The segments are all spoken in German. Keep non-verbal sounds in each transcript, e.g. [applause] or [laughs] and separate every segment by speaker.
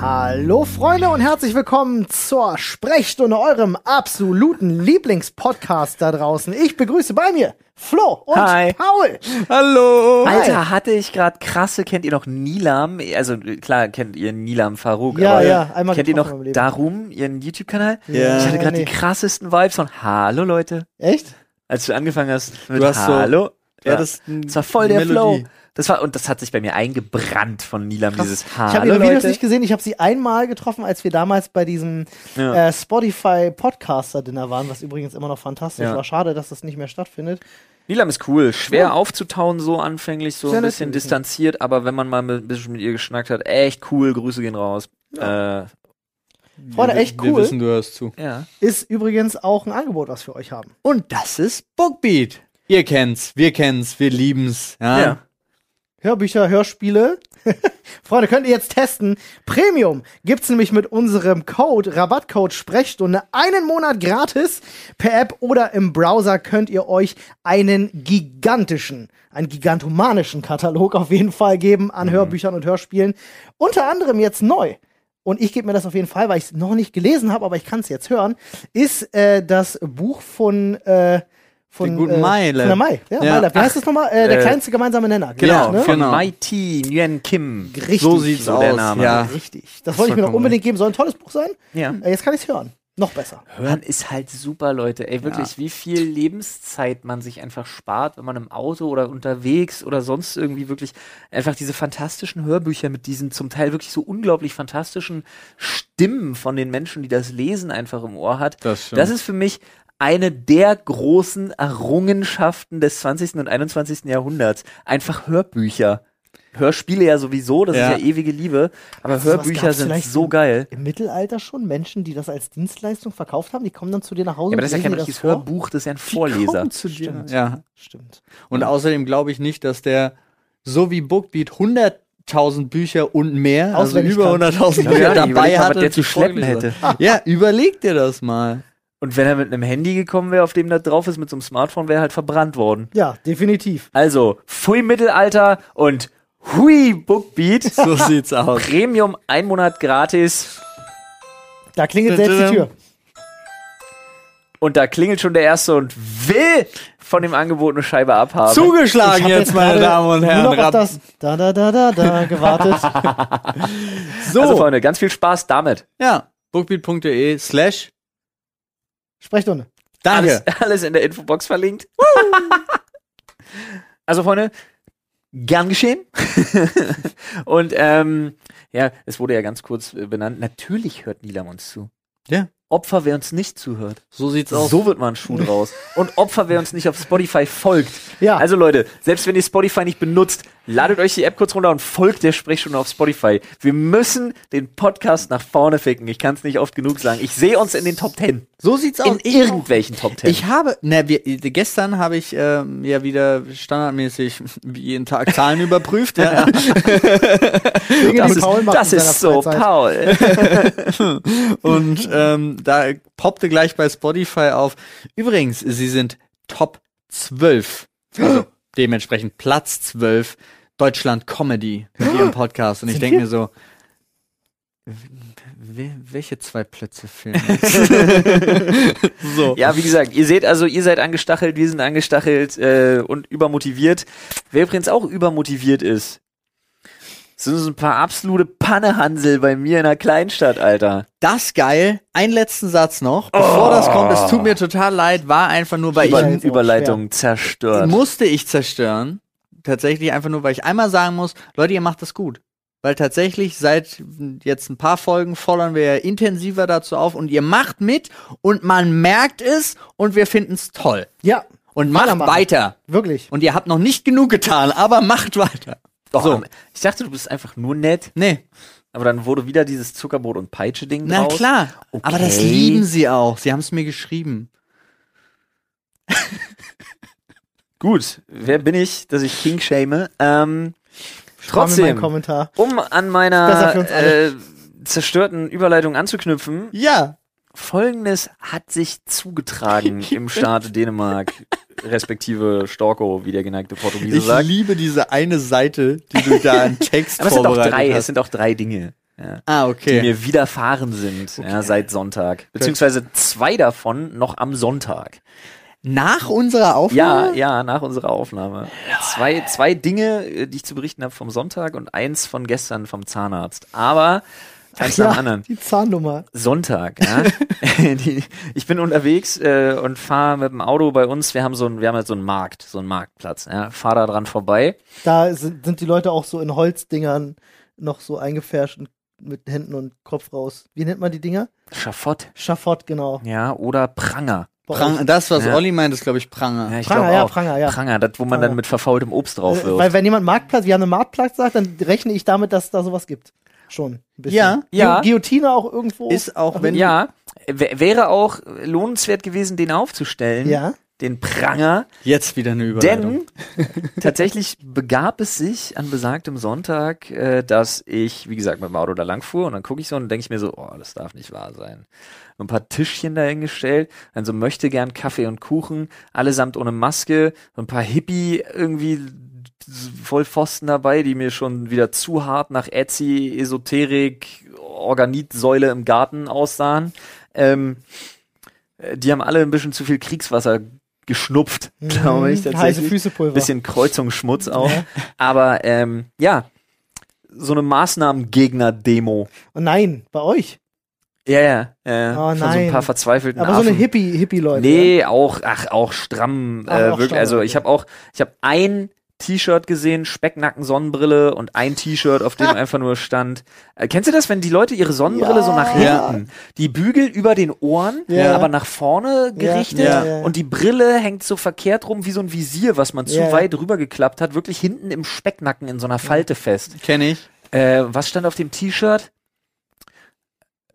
Speaker 1: Hallo Freunde und herzlich willkommen zur Sprechstunde, eurem absoluten Lieblingspodcast da draußen. Ich begrüße bei mir Flo und
Speaker 2: Hi.
Speaker 1: Paul.
Speaker 2: Hallo!
Speaker 1: Hi.
Speaker 2: Alter, hatte ich gerade krasse, kennt ihr noch Nilam? Also klar kennt ihr Nilam Farouk,
Speaker 1: Ja,
Speaker 2: aber
Speaker 1: ja, einmal
Speaker 2: kennt ihr
Speaker 1: getroffen
Speaker 2: noch
Speaker 1: im Leben.
Speaker 2: Darum, ihren YouTube-Kanal?
Speaker 3: Ja.
Speaker 2: Ich hatte gerade
Speaker 1: Nee.
Speaker 2: die krassesten Vibes von Hallo Leute,
Speaker 1: Echt?
Speaker 2: als du angefangen hast mit
Speaker 3: Du hast so-
Speaker 2: Hallo.
Speaker 3: du
Speaker 2: ja, das,
Speaker 3: hattest n-
Speaker 2: war voll der
Speaker 3: Melodie.
Speaker 2: Flow. Das war, und das hat sich bei mir eingebrannt von Nilam, dieses Hallo
Speaker 1: ich habe ihre
Speaker 2: Leute.
Speaker 1: Videos nicht gesehen. Ich habe sie einmal getroffen, als wir damals bei diesem
Speaker 2: Ja.
Speaker 1: äh, Spotify Podcaster Dinner waren, was übrigens immer noch fantastisch
Speaker 2: Ja.
Speaker 1: war. Schade, dass das nicht mehr stattfindet.
Speaker 2: Nilam ist cool, schwer aufzutauen, so anfänglich, so
Speaker 1: Sehr
Speaker 2: ein
Speaker 1: nett
Speaker 2: bisschen
Speaker 1: gewesen.
Speaker 2: distanziert, aber wenn man mal mit- ein bisschen mit ihr geschnackt hat, echt cool, Grüße gehen raus. Ja. Äh,
Speaker 1: Freunde,
Speaker 3: wir,
Speaker 1: echt
Speaker 3: Wir
Speaker 1: cool.
Speaker 3: wissen, du hörst zu.
Speaker 2: ja.
Speaker 1: Ist übrigens auch ein Angebot, was wir euch haben.
Speaker 3: Und das ist Bookbeat. Ihr kennt's, wir kennt's, wir lieben's. Ja.
Speaker 2: ja.
Speaker 1: Hörbücher, Hörspiele. [laughs] Freunde, könnt ihr jetzt testen. Premium gibt's nämlich mit unserem Code, Rabattcode Sprechstunde, einen Monat gratis. Per App oder im Browser könnt ihr euch einen gigantischen, einen gigantomanischen Katalog auf jeden Fall geben an Hörbüchern und Hörspielen. Unter anderem jetzt neu. Und ich gebe mir das auf jeden Fall, weil ich es noch nicht gelesen habe, aber ich kann es jetzt hören, ist äh, das Buch von, äh, von,
Speaker 3: Den guten
Speaker 1: äh,
Speaker 3: Mylab.
Speaker 1: von der Mai. Ja,
Speaker 3: Ja.
Speaker 1: Mai. Wie heißt das nochmal? Äh, der
Speaker 2: äh,
Speaker 1: kleinste gemeinsame Nenner. ne?
Speaker 2: Genau,
Speaker 3: Ja,
Speaker 2: von
Speaker 3: genau.
Speaker 2: Mighty Nguyen Kim.
Speaker 1: Richtig.
Speaker 3: So sieht's
Speaker 2: So
Speaker 3: aus.
Speaker 2: der Name.
Speaker 3: Ja.
Speaker 1: Richtig. Das wollte ich mir noch
Speaker 2: Vollkommen
Speaker 1: unbedingt geben. Soll ein tolles Buch sein.
Speaker 2: Ja.
Speaker 1: Äh, Jetzt kann ich es hören. Noch besser.
Speaker 2: Hören ist halt super, Leute. Ey, wirklich, wie viel Lebenszeit man sich einfach spart, wenn man im Auto oder unterwegs oder sonst irgendwie wirklich einfach diese fantastischen Hörbücher mit diesen zum Teil wirklich so unglaublich fantastischen Stimmen von den Menschen, die das Lesen einfach im Ohr hat.
Speaker 3: Das stimmt.
Speaker 2: das ist für mich eine der großen Errungenschaften des 20. und 21. Jahrhunderts. Einfach Hörbücher. Hörspiele ja sowieso, das
Speaker 3: Ja.
Speaker 2: ist ja ewige Liebe. Aber
Speaker 1: Also sowas
Speaker 2: Hörbücher
Speaker 1: gab's
Speaker 2: sind
Speaker 1: vielleicht
Speaker 2: so
Speaker 1: im-
Speaker 2: geil.
Speaker 1: Im Mittelalter schon Menschen, die das als Dienstleistung verkauft haben, die kommen dann zu dir nach Hause.
Speaker 2: Ja, aber das ist ja
Speaker 1: lesen
Speaker 2: kein
Speaker 1: dir
Speaker 2: richtiges
Speaker 1: vor.
Speaker 2: Hörbuch, das ist ja ein Vorleser.
Speaker 3: Zu dir.
Speaker 1: Stimmt.
Speaker 3: Ja.
Speaker 1: Stimmt.
Speaker 3: Und außerdem glaube ich nicht, dass der so wie Bookbeat 100.000 Bücher und mehr, also
Speaker 1: Auswendig
Speaker 3: über
Speaker 1: kann.
Speaker 3: 100.000
Speaker 2: Ja,
Speaker 3: Bücher
Speaker 2: überleg mal,
Speaker 3: dabei
Speaker 2: was
Speaker 3: hat,
Speaker 2: der
Speaker 3: und
Speaker 2: zu
Speaker 3: die
Speaker 2: schleppen
Speaker 3: vorgelesen hat. Ja, überleg dir das mal.
Speaker 2: Und wenn er mit einem Handy gekommen wäre, auf dem da drauf ist, mit so einem Smartphone, wäre er halt verbrannt worden.
Speaker 1: Ja, definitiv.
Speaker 2: Also, Pfui Mittelalter und Hui Bookbeat.
Speaker 3: [laughs]
Speaker 2: [laughs]
Speaker 3: So sieht's aus.
Speaker 2: Premium, ein Monat gratis.
Speaker 1: Da klingelt selbst die Tür.
Speaker 2: Und da klingelt schon der Erste und will von dem Angebot eine Scheibe abhaben.
Speaker 3: Zugeschlagen
Speaker 1: hab
Speaker 3: jetzt,
Speaker 1: gerade
Speaker 3: meine Damen und Herren.
Speaker 1: Nur noch auf
Speaker 3: Rab-
Speaker 1: das da da da da
Speaker 2: [laughs]
Speaker 1: da gewartet.
Speaker 3: So,
Speaker 2: Also, Freunde, ganz viel Spaß damit.
Speaker 3: ja, bookbeat.de slash
Speaker 1: Sprechstunde.
Speaker 2: Ah,
Speaker 3: Danke.
Speaker 2: Alles, alles in der Infobox [laughs] verlinkt. also, Freunde, gern geschehen. [laughs] Und ähm, ja, es wurde ja ganz kurz äh, benannt. Natürlich hört Nilam uns zu.
Speaker 3: Ja.
Speaker 2: Opfer, wer uns nicht zuhört.
Speaker 3: So sieht's aus.
Speaker 2: So wird mal ein Schuh draus. Und Opfer, wer uns nicht auf Spotify folgt.
Speaker 1: Ja.
Speaker 2: Also Leute, selbst wenn ihr Spotify nicht benutzt, ladet euch die App kurz runter und folgt der Sprechstunde auf Spotify. Wir müssen den Podcast nach vorne ficken. Ich kann es nicht oft genug sagen. Ich sehe uns in den Top Ten.
Speaker 3: So sieht's
Speaker 2: In
Speaker 3: aus.
Speaker 2: irgendwelchen Top Ten.
Speaker 3: Ich habe, na, wir, gestern habe ich ähm, ja wieder standardmäßig wie jeden
Speaker 1: [laughs]
Speaker 3: Tag Zahlen überprüft. Ja.
Speaker 1: Dinge,
Speaker 2: Das
Speaker 1: die
Speaker 2: ist,
Speaker 1: Paul macht
Speaker 2: das
Speaker 1: in
Speaker 2: ist
Speaker 1: seiner
Speaker 2: so
Speaker 1: Freizeit. [laughs]
Speaker 2: Paul.
Speaker 3: Und ähm, da poppte gleich bei Spotify auf. Übrigens, sie sind Top 12.
Speaker 1: [gasps]
Speaker 3: Also dementsprechend Platz 12 Deutschland Comedy mit
Speaker 1: [gasps]
Speaker 3: ihrem Podcast. Und ich
Speaker 1: Sind
Speaker 3: denke
Speaker 1: wir?
Speaker 3: mir so, we- welche zwei Plätze fehlen? so.
Speaker 2: Ja, wie gesagt, ihr seht also, ihr seid angestachelt, wir sind angestachelt äh, und übermotiviert. Wer übrigens auch übermotiviert ist, sind so ein paar absolute Pannehansel bei mir in einer Kleinstadt, Alter.
Speaker 3: Das geil. Einen letzten Satz noch. Bevor das kommt, es tut mir total leid, war einfach nur, weil
Speaker 1: Über-
Speaker 3: ich
Speaker 2: Über,
Speaker 1: jetzt auch
Speaker 2: Überleitung zerstört.
Speaker 3: musste ich zerstören. Tatsächlich einfach nur, weil ich einmal sagen muss, Leute, ihr macht das gut. Weil tatsächlich seit jetzt ein paar Folgen fordern wir ja intensiver dazu auf und ihr macht mit und man merkt es und wir finden es toll.
Speaker 1: Ja,
Speaker 3: Und macht
Speaker 1: Weitermachen.
Speaker 3: weiter.
Speaker 1: wirklich.
Speaker 3: Und ihr habt noch nicht genug getan, aber macht weiter.
Speaker 2: Doch,
Speaker 3: so.
Speaker 2: am- Ich dachte, du bist einfach nur nett,
Speaker 3: Nee,
Speaker 2: aber dann wurde wieder dieses Zuckerbrot und Peitsche-Ding
Speaker 3: na
Speaker 2: draus.
Speaker 3: klar. Aber das
Speaker 2: Okay.
Speaker 3: lieben sie auch. Sie haben es mir geschrieben.
Speaker 2: Gut, wer bin ich, dass ich King shame? Ähm,
Speaker 1: Schau mir meinen
Speaker 2: trotzdem,
Speaker 1: Kommentar.
Speaker 2: um an
Speaker 1: Besser für
Speaker 2: meiner
Speaker 1: uns alle.
Speaker 2: äh, zerstörten Überleitung anzuknüpfen,
Speaker 3: Ja.
Speaker 2: Folgendes hat sich
Speaker 3: [laughs]
Speaker 2: zugetragen im Staate Dänemark, respektive Storkow, wie der geneigte Portugiese
Speaker 3: Ich
Speaker 2: sagt.
Speaker 3: liebe diese eine Seite, die du da an Text [laughs]
Speaker 2: Aber es sind auch
Speaker 3: vorbereitet
Speaker 2: drei, es
Speaker 3: hast.
Speaker 2: sind auch drei Dinge.
Speaker 3: Ah,
Speaker 2: die
Speaker 3: okay.
Speaker 2: mir widerfahren sind ja, seit Sonntag. Beziehungsweise zwei davon noch am Sonntag.
Speaker 3: Nach unserer
Speaker 2: Ja,
Speaker 3: Aufnahme?
Speaker 2: ja, nach unserer Aufnahme. Zwei, zwei Dinge, äh, die ich zu berichten habe vom Sonntag und eins von gestern vom Zahnarzt. Aber eins nach dem
Speaker 1: Ja,
Speaker 2: anderen.
Speaker 1: die Zahnnummer. [laughs]
Speaker 2: Sonntag, ja. [laughs] die, ich bin unterwegs äh, und fahre mit dem Auto bei uns. Wir haben so einen, wir haben halt so einen Markt, so einen Marktplatz. Ja. Fahre da dran vorbei.
Speaker 1: Da sind, sind die Leute auch so in Holzdingern noch so eingepfercht und mit Händen und Kopf raus. Wie nennt man die Dinger?
Speaker 2: Schafott,
Speaker 1: Schafott, genau.
Speaker 2: ja, oder Pranger.
Speaker 1: Bei
Speaker 3: Prang,
Speaker 1: euch.
Speaker 3: das, was
Speaker 2: Ja.
Speaker 3: Olli meint, ist, glaube ich, Pranger.
Speaker 2: Ja, ich
Speaker 1: Pranger,
Speaker 2: glaub
Speaker 1: ja,
Speaker 2: auch.
Speaker 1: Pranger, ja.
Speaker 2: Pranger, das, wo man
Speaker 1: Pranger.
Speaker 2: dann mit verfaultem Obst drauf
Speaker 1: Äh,
Speaker 2: wirft.
Speaker 1: Weil wenn jemand Marktplatz, wir haben einen Marktplatz sagt, dann rechne ich damit, dass da sowas gibt. Schon. Ein bisschen.
Speaker 3: Ja,
Speaker 1: Gu-
Speaker 2: ja.
Speaker 1: Guillotine auch irgendwo.
Speaker 3: Ist auch, wenn
Speaker 2: ja, w- wäre auch lohnenswert gewesen, den aufzustellen,
Speaker 1: ja.
Speaker 2: den Pranger,
Speaker 3: jetzt wieder eine Überleitung.
Speaker 2: denn tatsächlich begab es sich an besagtem Sonntag, äh, dass ich, wie gesagt, mit dem Auto da lang fuhr und dann gucke ich so und denke ich mir so, oh, das darf nicht wahr sein. Ein paar Tischchen dahingestellt, dann so möchte gern Kaffee und Kuchen, allesamt ohne Maske, so ein paar Hippie irgendwie Vollpfosten dabei, die mir schon wieder zu hart nach Etsy, Esoterik, Organitsäule im Garten aussahen. Ähm, äh, die haben alle ein bisschen zu viel Kriegswasser geschnupft, [laughs] glaube ich.
Speaker 1: Mhm, Heiße
Speaker 2: Tatsächlich.
Speaker 1: Füße Pulver.
Speaker 2: Bisschen Kreuzungsschmutz auch. Aber ähm, ja, so eine Maßnahmengegner-Demo.
Speaker 1: Oh nein, bei euch.
Speaker 2: Ja, ja. ja.
Speaker 1: Oh
Speaker 2: von so ein
Speaker 1: nein.
Speaker 2: paar verzweifelten
Speaker 1: Aber so eine
Speaker 2: Affen.
Speaker 1: Hippie, Hippie-Leute. ja.
Speaker 2: Nee, auch, ach, auch stramm,
Speaker 1: Ach,
Speaker 2: äh,
Speaker 1: auch
Speaker 2: wirklich.
Speaker 1: stramm,
Speaker 2: also ich
Speaker 1: okay.
Speaker 2: habe auch, ich habe ein T-Shirt gesehen, Specknacken, Sonnenbrille und ein T-Shirt,
Speaker 1: [laughs]
Speaker 2: auf dem einfach nur stand. Äh, kennst du das, wenn die Leute ihre Sonnenbrille so nach hinten,
Speaker 3: Ja.
Speaker 2: die Bügel über den Ohren,
Speaker 1: Ja.
Speaker 2: aber nach vorne gerichtet
Speaker 3: Ja,
Speaker 1: ja, ja.
Speaker 2: und die Brille hängt so verkehrt rum wie so ein Visier, was man zu
Speaker 1: Ja, ja.
Speaker 2: weit rübergeklappt hat, wirklich hinten im Specknacken in so einer Falte fest.
Speaker 3: Kenne ich.
Speaker 2: Äh, was stand auf dem T-Shirt?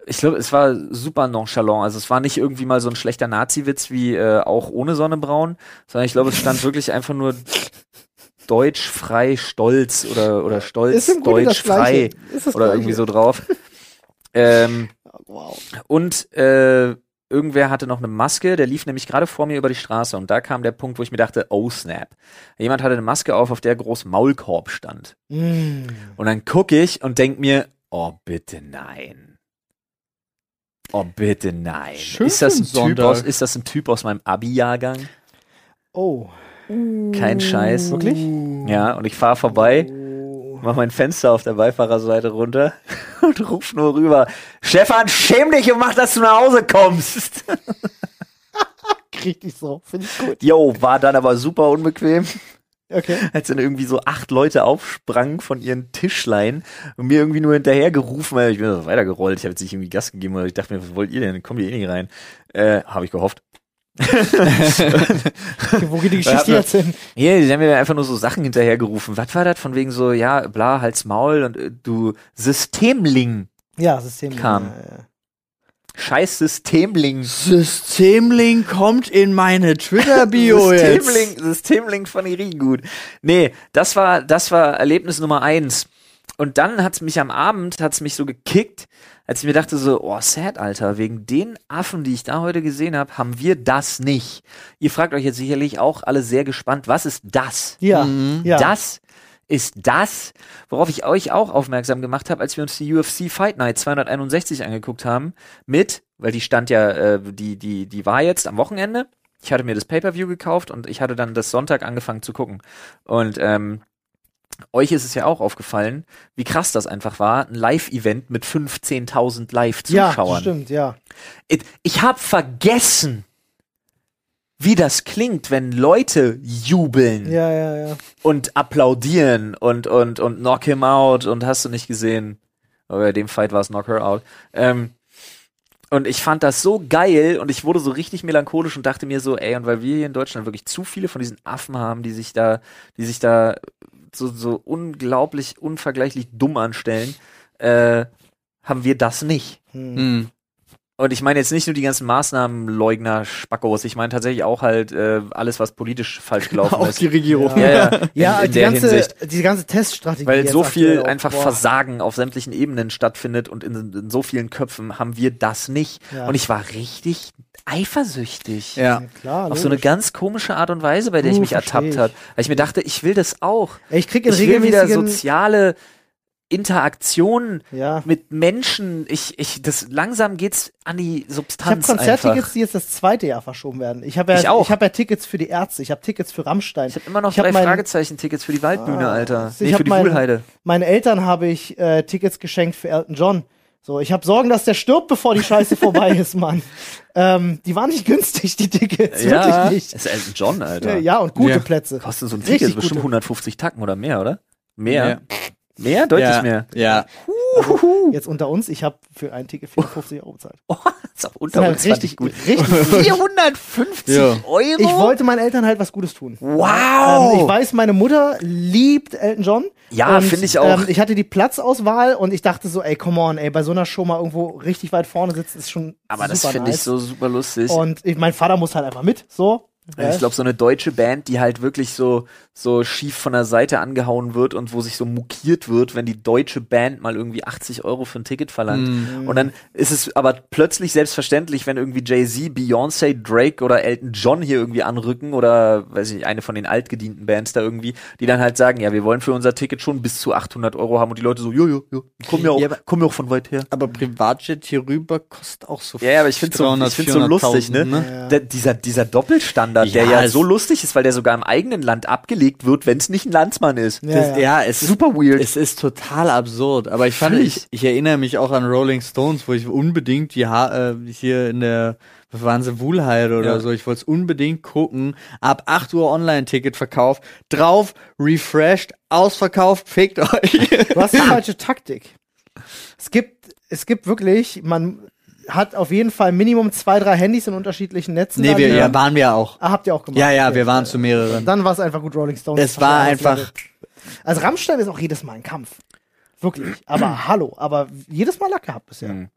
Speaker 2: Ich glaube, es war super nonchalant. Also es war nicht irgendwie mal so ein schlechter Nazi-Witz wie äh, auch ohne Sonnebraun, sondern ich glaube, es stand wirklich einfach nur deutsch frei stolz oder oder stolz
Speaker 1: Ist im Grunde
Speaker 2: deutsch
Speaker 1: das Gleiche.
Speaker 2: frei
Speaker 1: Ist das
Speaker 2: oder
Speaker 1: Gleiche.
Speaker 2: irgendwie so drauf. ähm,
Speaker 1: Wow.
Speaker 2: und äh, irgendwer hatte noch eine Maske, der lief nämlich gerade vor mir über die Straße und da kam der Punkt, wo ich mir dachte, oh snap. Jemand hatte eine Maske auf, auf der groß Maulkorb stand.
Speaker 1: Mm.
Speaker 2: Und dann gucke ich und denk mir, oh bitte nein. Oh bitte nein.
Speaker 3: Schön
Speaker 2: ist, das ein
Speaker 3: für einen
Speaker 2: typ aus,
Speaker 3: Sonntag.
Speaker 2: ist das ein Typ aus meinem Abi-Jahrgang?
Speaker 1: Oh.
Speaker 3: Mm.
Speaker 2: Kein Scheiß.
Speaker 1: Wirklich?
Speaker 2: Ja, und ich fahre vorbei,
Speaker 1: Oh.
Speaker 2: mach mein Fenster auf der Beifahrerseite runter [laughs] und ruf nur rüber. Stefan, schäm dich und mach, dass du nach Hause kommst. [laughs]
Speaker 1: Richtig so. Finde ich gut.
Speaker 2: Jo, war dann aber super unbequem.
Speaker 1: Okay.
Speaker 2: als dann irgendwie so acht Leute aufsprangen von ihren Tischlein und mir irgendwie nur hinterhergerufen, weil ich bin so weitergerollt, ich habe jetzt nicht irgendwie Gas gegeben, weil ich dachte mir, was wollt ihr denn? Kommt ihr eh nicht rein. Äh, habe ich gehofft.
Speaker 1: okay. Wo geht
Speaker 2: [laughs]
Speaker 1: die Geschichte
Speaker 2: Ja,
Speaker 1: jetzt hin?
Speaker 2: Ja, die haben mir einfach nur so Sachen hinterhergerufen. Was war das von wegen so, ja, bla, Hals, Maul und äh, du Systemling.
Speaker 1: Ja, System. äh,
Speaker 2: Kam.
Speaker 1: Ja,
Speaker 2: Scheiß Systemling.
Speaker 3: Systemling kommt in meine Twitter-Bio
Speaker 2: Systemling,
Speaker 3: jetzt.
Speaker 2: Systemling von Irigut. Nee, das war, das war Erlebnis Nummer eins. Und dann hat's mich am Abend, hat's mich so gekickt, als ich mir dachte so, oh, sad, Alter, wegen den Affen, die ich da heute gesehen habe, haben wir das nicht. Ihr fragt euch jetzt sicherlich auch alle sehr gespannt, was ist das?
Speaker 1: ja.
Speaker 2: Mhm.
Speaker 1: ja.
Speaker 2: Das ist das, worauf ich euch auch aufmerksam gemacht habe, als wir uns die UFC Fight Night 261 angeguckt haben, mit, weil die stand ja, äh, die, die, die war jetzt am Wochenende. Ich hatte mir das Pay-Per-View gekauft und ich hatte dann das Sonntag angefangen zu gucken. Und ähm, euch ist es ja auch aufgefallen, wie krass das einfach war, ein Live-Event mit 15.000
Speaker 1: ja,
Speaker 2: Live-Zuschauern.
Speaker 1: stimmt, ja.
Speaker 2: Ich- Ich habe vergessen, wie das klingt, wenn Leute jubeln
Speaker 1: Ja, ja, ja.
Speaker 2: und applaudieren und und und knock him out und hast du nicht gesehen. Aber bei dem Fight war es knock her out. Ähm, und ich fand das so geil und ich wurde so richtig melancholisch und dachte mir so, ey, und weil wir hier in Deutschland wirklich zu viele von diesen Affen haben, die sich da, die sich da so, so unglaublich, unvergleichlich dumm anstellen, äh, haben wir das nicht.
Speaker 1: Hm.
Speaker 3: Hm.
Speaker 2: Und ich meine jetzt nicht nur die ganzen Maßnahmenleugner, Spackos, ich meine tatsächlich auch halt äh, alles, was politisch
Speaker 1: [laughs]
Speaker 2: falsch gelaufen
Speaker 3: Auch
Speaker 2: ist.
Speaker 3: die Regierung.
Speaker 2: Ja,
Speaker 3: [laughs]
Speaker 2: ja, in,
Speaker 1: Ja,
Speaker 2: in
Speaker 1: die,
Speaker 2: der
Speaker 1: ganze,
Speaker 2: Hinsicht.
Speaker 1: die ganze Teststrategie.
Speaker 2: Weil
Speaker 1: jetzt
Speaker 2: so viel
Speaker 1: aktuell auch,
Speaker 2: einfach
Speaker 1: boah.
Speaker 2: Versagen auf sämtlichen Ebenen stattfindet und in, in so vielen Köpfen haben wir das nicht.
Speaker 1: Ja.
Speaker 2: Und ich war richtig eifersüchtig.
Speaker 1: Ja, klar.
Speaker 2: Auf so eine
Speaker 1: logisch.
Speaker 2: ganz komische Art und Weise, bei der ich
Speaker 1: Uh,
Speaker 2: mich
Speaker 1: versteh
Speaker 2: ertappt
Speaker 1: ich.
Speaker 2: hat. Weil ich mir dachte, ich will das auch.
Speaker 1: Ey, ich krieg in
Speaker 2: Ich will wieder
Speaker 1: regelmäßigen,
Speaker 2: soziale Interaktion
Speaker 1: Ja.
Speaker 2: mit Menschen. Ich, ich, das langsam geht's an die
Speaker 1: Ich habe
Speaker 2: Substanz.
Speaker 1: Konzerttickets,
Speaker 2: einfach.
Speaker 1: die jetzt das zweite Jahr verschoben werden. Ich habe ja,
Speaker 2: Ich auch.
Speaker 1: ich hab ja Tickets für die Ärzte, ich habe Tickets für Rammstein.
Speaker 2: Ich habe immer noch
Speaker 1: ich hab
Speaker 2: drei
Speaker 1: mein-
Speaker 2: Fragezeichen-Tickets für die Waldbühne,
Speaker 1: Ah,
Speaker 2: Alter.
Speaker 1: ich
Speaker 2: Nee,
Speaker 1: hab
Speaker 2: für die
Speaker 1: mein-
Speaker 2: Wuhlheide.
Speaker 1: Meinen Eltern habe ich äh, Tickets geschenkt für Elton John. So, ich habe Sorgen, dass der stirbt, bevor die Scheiße
Speaker 2: [laughs]
Speaker 1: vorbei ist, Mann. Ähm, die waren nicht günstig, die Tickets,
Speaker 2: Ja,
Speaker 1: wirklich nicht.
Speaker 2: ist Elton John, Alter.
Speaker 1: Äh, Ja, und gute
Speaker 3: Ja.
Speaker 1: Plätze.
Speaker 2: Kostet so ein
Speaker 1: Richtig
Speaker 2: Ticket bestimmt
Speaker 1: gute.
Speaker 2: 150 Tacken oder mehr, oder? Mehr. Mehr? Deutlich
Speaker 1: [laughs]
Speaker 3: ja.
Speaker 2: mehr.
Speaker 3: Ja.
Speaker 1: Jetzt unter uns, ich habe für ein Ticket 54 Euro bezahlt.
Speaker 2: Oh, ist auch
Speaker 1: Das
Speaker 2: unter
Speaker 1: ist
Speaker 2: uns
Speaker 1: halt
Speaker 2: fand ich
Speaker 1: richtig
Speaker 2: gut.
Speaker 1: gut.
Speaker 2: [laughs]
Speaker 1: Richtig.
Speaker 2: 450
Speaker 3: Ja.
Speaker 2: Euro?
Speaker 1: Ich wollte meinen Eltern halt was Gutes tun.
Speaker 2: Wow!
Speaker 1: Ähm, ich weiß, meine Mutter liebt Elton John.
Speaker 2: Ja,
Speaker 1: Und,
Speaker 2: finde ich auch.
Speaker 1: Ähm, ich hatte die Platzauswahl und ich dachte so, ey, come on, ey, bei so einer Show mal irgendwo richtig weit vorne sitzen, ist schon
Speaker 2: aber das
Speaker 1: super
Speaker 2: finde
Speaker 1: nice. Oh,
Speaker 2: ich so super lustig.
Speaker 1: Und ich, mein Vater muss halt einfach mit, so.
Speaker 2: Ja, Äh, ich glaube, so eine deutsche Band, die halt wirklich so, so schief von der Seite angehauen wird und wo sich so mokiert wird, wenn die deutsche Band mal irgendwie 80 Euro für ein Ticket verlangt.
Speaker 3: Hm.
Speaker 2: Und dann ist es aber plötzlich selbstverständlich, wenn irgendwie Jay-Z, Beyoncé, Drake oder Elton John hier irgendwie anrücken oder, weiß ich nicht, eine von den altgedienten Bands da irgendwie, die dann halt sagen, ja, wir wollen für unser Ticket schon bis zu 800 Euro haben und die Leute so, jo, jo, jo, komm ja auch,
Speaker 3: Ja, aber-
Speaker 2: komm ja auch von weit her.
Speaker 3: Aber Privatjet hier rüber kostet auch so
Speaker 2: Ja, ja, aber ich finde es so, ich find's so lustig, ne?
Speaker 3: 400.000,
Speaker 2: Der, dieser, dieser Doppelstandard,
Speaker 3: Ja,
Speaker 2: der ja
Speaker 3: es-
Speaker 2: so lustig ist, weil der sogar im eigenen Land abgelegt wird, wenn es nicht ein Landsmann ist.
Speaker 1: Ja,
Speaker 3: Das, ja, es ist
Speaker 2: Super weird.
Speaker 3: Es ist total absurd, aber ich fand,
Speaker 2: Völlig.
Speaker 3: ich, ich erinnere mich auch an Rolling Stones, wo ich unbedingt die ha äh, hier in der was waren sie Wuhlheide oder
Speaker 2: Ja.
Speaker 3: so, ich wollte es unbedingt gucken. Ab 8 Uhr Online-Ticket verkauft, drauf, refreshed, ausverkauft, fickt euch.
Speaker 1: Du hast
Speaker 3: [laughs]
Speaker 1: die falsche Taktik. Es gibt, es gibt wirklich, man hat auf jeden Fall Minimum zwei, drei Handys in unterschiedlichen Netzen.
Speaker 3: nee,
Speaker 1: dann,
Speaker 3: wir
Speaker 1: ne?
Speaker 3: ja, waren wir auch.
Speaker 1: Ah, habt ihr auch gemacht.
Speaker 3: Ja, ja,
Speaker 1: Okay.
Speaker 3: wir waren zu mehreren.
Speaker 1: Dann war es einfach gut Rolling Stones.
Speaker 3: Es war
Speaker 1: Das
Speaker 3: einfach
Speaker 1: Also Rammstein ist auch jedes Mal ein Kampf. Wirklich.
Speaker 3: [clears throat]
Speaker 1: Aber hallo, aber jedes Mal Lack gehabt bisher.
Speaker 3: Hm.
Speaker 2: Mhm.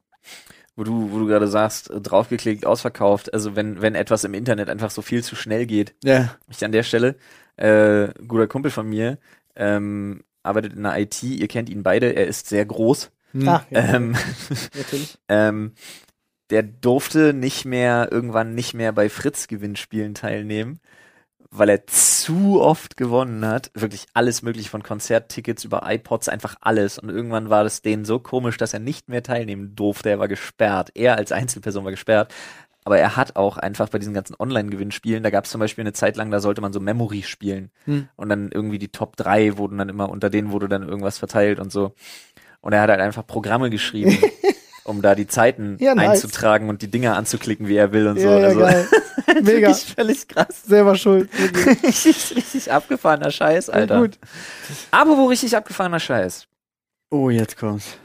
Speaker 2: wo du, wo du gerade sagst, äh, draufgeklickt, ausverkauft. Also wenn, wenn etwas im Internet einfach so viel zu schnell geht.
Speaker 3: ja.
Speaker 2: Ich an der Stelle, äh, ein guter Kumpel von mir, ähm, arbeitet in der IT, ihr kennt ihn beide, er ist sehr groß.
Speaker 3: Hm.
Speaker 1: Ah, ja,
Speaker 2: Ähm,
Speaker 1: natürlich.
Speaker 2: ähm, der durfte nicht mehr, irgendwann nicht mehr bei Fritz-Gewinnspielen teilnehmen, weil er zu oft gewonnen hat. Wirklich alles mögliche von Konzerttickets über iPods, einfach alles. Und irgendwann war das denen so komisch, dass er nicht mehr teilnehmen durfte. Er war gesperrt. Er als Einzelperson war gesperrt. Aber er hat auch einfach bei diesen ganzen Online-Gewinnspielen, da gab es zum Beispiel eine Zeit lang, da sollte man so Memory spielen.
Speaker 3: Hm.
Speaker 2: Und dann irgendwie die Top 3 wurden dann immer, unter denen wurde dann irgendwas verteilt und so. Und er hat halt einfach Programme
Speaker 1: [laughs]
Speaker 2: geschrieben, um da die Zeiten
Speaker 1: Ja, nice.
Speaker 2: einzutragen und die Dinger anzuklicken, wie er will und so.
Speaker 1: ja, ja,
Speaker 2: also,
Speaker 3: [laughs]
Speaker 1: geil. Mega.
Speaker 2: [laughs] Wirklich völlig
Speaker 1: [laughs]
Speaker 2: krass. [laughs]
Speaker 1: Selber schuld. Wirklich.
Speaker 2: richtig, richtig abgefahrener Scheiß, Alter.
Speaker 1: Gut.
Speaker 2: Aber wo richtig abgefahrener Scheiß.
Speaker 3: Oh, jetzt kommt's.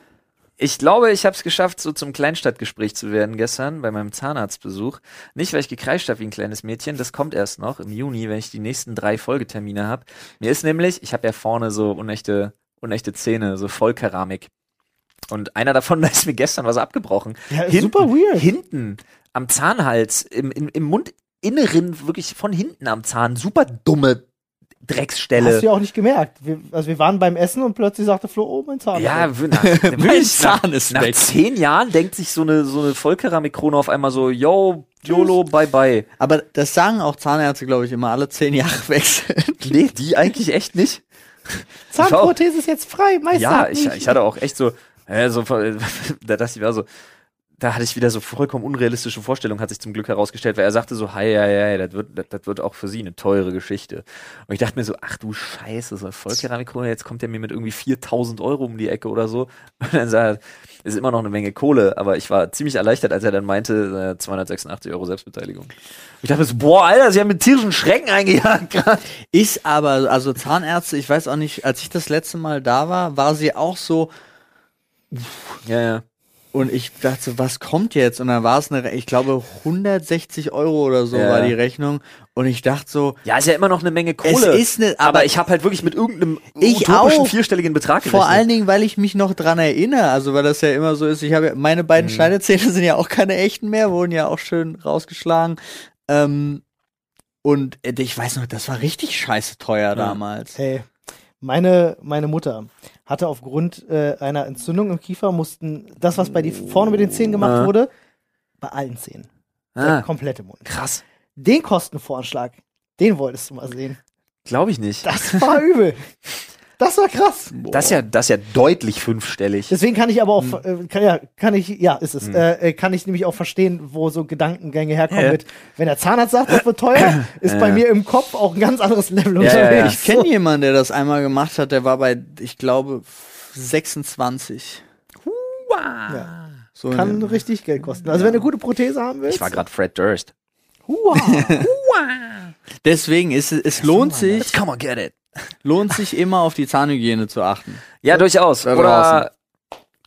Speaker 2: Ich glaube, ich habe es geschafft, so zum Kleinstadtgespräch zu werden gestern bei meinem Zahnarztbesuch. Nicht, weil ich gekreischt habe wie ein kleines Mädchen, das kommt erst noch im Juni, wenn ich die nächsten drei Folgetermine habe. Mir ist nämlich, ich habe ja vorne so unechte, unechte Zähne, so Vollkeramik. Und einer davon, [laughs] da ist mir gestern was abgebrochen.
Speaker 1: Ja, ist Äh, super weird.
Speaker 2: Hinten am Zahnhals, im, im, im Mundinneren, wirklich von hinten am Zahn, super dumme Drecksstelle.
Speaker 1: Hast du ja auch nicht gemerkt. Wir, also wir waren beim Essen und plötzlich sagte Flo, oh, mein Zahn.
Speaker 2: Ja, w- nach, weiß, nach,
Speaker 3: Zahn ist
Speaker 2: nach
Speaker 3: weg.
Speaker 2: zehn Jahren denkt sich so eine, so eine Vollkeramikkrone auf einmal so, yo, YOLO, bye bye.
Speaker 3: Aber das sagen auch Zahnärzte, glaube ich, immer alle zehn Jahre [laughs] wechseln.
Speaker 2: Nee, die eigentlich echt nicht.
Speaker 1: Zahnprothese ist jetzt frei, Meister.
Speaker 2: Ja,
Speaker 1: hat
Speaker 2: ich,
Speaker 1: nicht.
Speaker 2: ich hatte auch echt so, äh, so voll- [laughs] da dachte ich war so, da hatte ich wieder so vollkommen unrealistische Vorstellungen, hat sich zum Glück herausgestellt, weil er sagte so, hei, hei, hei, das wird, das, das wird auch für sie eine teure Geschichte. Und ich dachte mir so, ach du Scheiße, so eine Vollkeramikkrone, jetzt kommt er mir mit irgendwie 4000 Euro um die Ecke oder so. [laughs] Und dann sah er, ist immer noch eine Menge Kohle, aber ich war ziemlich erleichtert, als er dann meinte, äh, 286 Euro Selbstbeteiligung. Und ich dachte mir so, boah, Alter, sie haben mit tierischen Schrecken eingejagt [laughs] gerade.
Speaker 3: Ist aber, also Zahnärzte, ich weiß auch nicht, als ich das letzte Mal da war, war sie auch so,
Speaker 2: Ja, ja.
Speaker 3: und ich dachte, so, was kommt jetzt? Und dann war es eine, Re- ich glaube, 160 Euro oder so
Speaker 2: Ja.
Speaker 3: war die Rechnung. Und ich dachte so,
Speaker 2: Ja, ist ja immer noch eine Menge Kohle.
Speaker 3: Es ist ne-
Speaker 2: aber,
Speaker 3: aber
Speaker 2: ich habe halt wirklich mit irgendeinem
Speaker 3: Ich
Speaker 2: utopischen
Speaker 3: auch.
Speaker 2: vierstelligen Betrag gerechnet.
Speaker 3: vor allen Dingen, weil ich mich noch dran erinnere, also weil das ja immer so ist, ich habe ja, meine beiden
Speaker 2: Mhm.
Speaker 3: Schneidezähne sind ja auch keine echten mehr, wurden ja auch schön rausgeschlagen. Ähm, und äh, ich weiß noch, das war richtig scheiße teuer damals.
Speaker 1: Ey, meine, meine Mutter hatte aufgrund äh, einer Entzündung im Kiefer, mussten das, was bei dir vorne mit den Zähnen gemacht
Speaker 2: Ah.
Speaker 1: wurde, bei allen Zähnen. Der
Speaker 2: ah,
Speaker 1: komplette Mund.
Speaker 2: krass.
Speaker 1: Den Kostenvoranschlag, den wolltest du mal sehen.
Speaker 2: Glaube ich nicht.
Speaker 1: Das war [laughs] übel. Das war krass.
Speaker 4: Das ist ja, das ist ja deutlich fünfstellig.
Speaker 1: Deswegen kann ich aber auch,
Speaker 2: Hm.
Speaker 1: äh, kann, ja, kann ich, ja, ist es, äh, äh, kann ich nämlich auch verstehen, wo so Gedankengänge herkommen
Speaker 4: Ja.
Speaker 1: mit, wenn der Zahnarzt sagt, das wird teuer,
Speaker 2: [coughs]
Speaker 1: ist bei mir im Kopf auch ein ganz anderes Level unterwegs.
Speaker 2: ja, ja.
Speaker 3: Ich kenne jemanden, der das einmal gemacht hat, der war bei, ich glaube, 26.
Speaker 1: Ja.
Speaker 3: So in
Speaker 1: Kann
Speaker 3: dem-
Speaker 1: richtig Geld kosten. Also wenn du eine gute Prothese haben willst.
Speaker 4: Ich war gerade Fred Durst.
Speaker 3: Deswegen ist es, es lohnt sich,
Speaker 4: Come on, get it.
Speaker 2: ne?
Speaker 3: lohnt sich immer auf die Zahnhygiene zu achten.
Speaker 2: Ja, durchaus.
Speaker 3: Da
Speaker 2: Oder,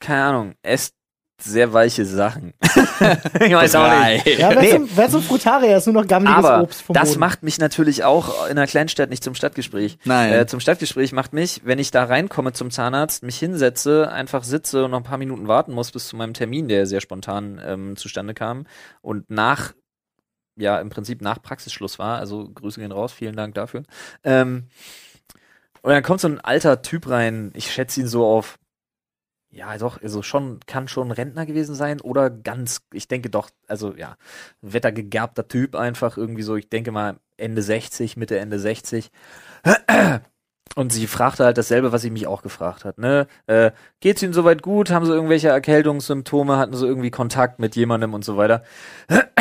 Speaker 2: keine Ahnung, esst sehr weiche Sachen. [laughs] ich [laughs] weiß auch nicht. [laughs]
Speaker 1: ja, wer,
Speaker 2: Nee.
Speaker 1: zum, wer zum Frutarier ist, nur noch gammeliges
Speaker 2: Aber
Speaker 1: Obst vom
Speaker 2: das
Speaker 1: Boden.
Speaker 2: macht mich natürlich auch in einer Kleinstadt nicht zum Stadtgespräch.
Speaker 3: Nein.
Speaker 2: Äh, zum Stadtgespräch macht mich, wenn ich da reinkomme zum Zahnarzt, mich hinsetze, einfach sitze und noch ein paar Minuten warten muss bis zu meinem Termin, der sehr spontan ähm, zustande kam und nach, ja, im Prinzip nach Praxisschluss war. Also Grüße gehen raus, vielen Dank dafür. Ähm, und dann kommt so ein alter Typ rein, ich schätze ihn so auf ja, doch, also schon, kann schon Rentner gewesen sein oder ganz, ich denke doch, also ja, wettergegerbter Typ einfach irgendwie so, ich denke mal Ende 60, Mitte Ende 60. Und sie fragte halt dasselbe, was sie mich auch gefragt hat, ne? Äh, geht's ihnen soweit gut? Haben sie irgendwelche Erkältungssymptome? Hatten sie irgendwie Kontakt mit jemandem und so weiter? [clears throat]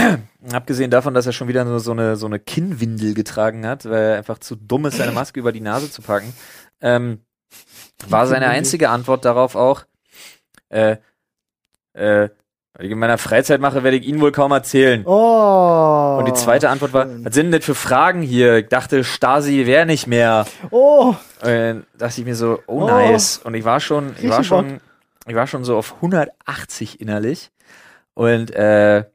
Speaker 2: Abgesehen davon, dass er schon wieder nur so eine, so eine Kinnwindel getragen hat, weil er einfach zu dumm ist, seine Maske über die Nase zu packen, ähm, war seine einzige Antwort darauf auch, äh, äh, was ich in meiner Freizeit mache, werde ich Ihnen wohl kaum erzählen.
Speaker 1: Oh.
Speaker 2: Und die zweite Antwort war,
Speaker 1: schön.
Speaker 2: was sind denn das für Fragen hier? Ich dachte, Stasi wäre nicht mehr.
Speaker 1: Oh,
Speaker 2: Und dann dachte ich mir so, oh,
Speaker 1: Oh.
Speaker 2: nice. Und ich war schon, ich war
Speaker 1: Richtig
Speaker 2: schon, ich war schon so auf 180 innerlich. Und äh,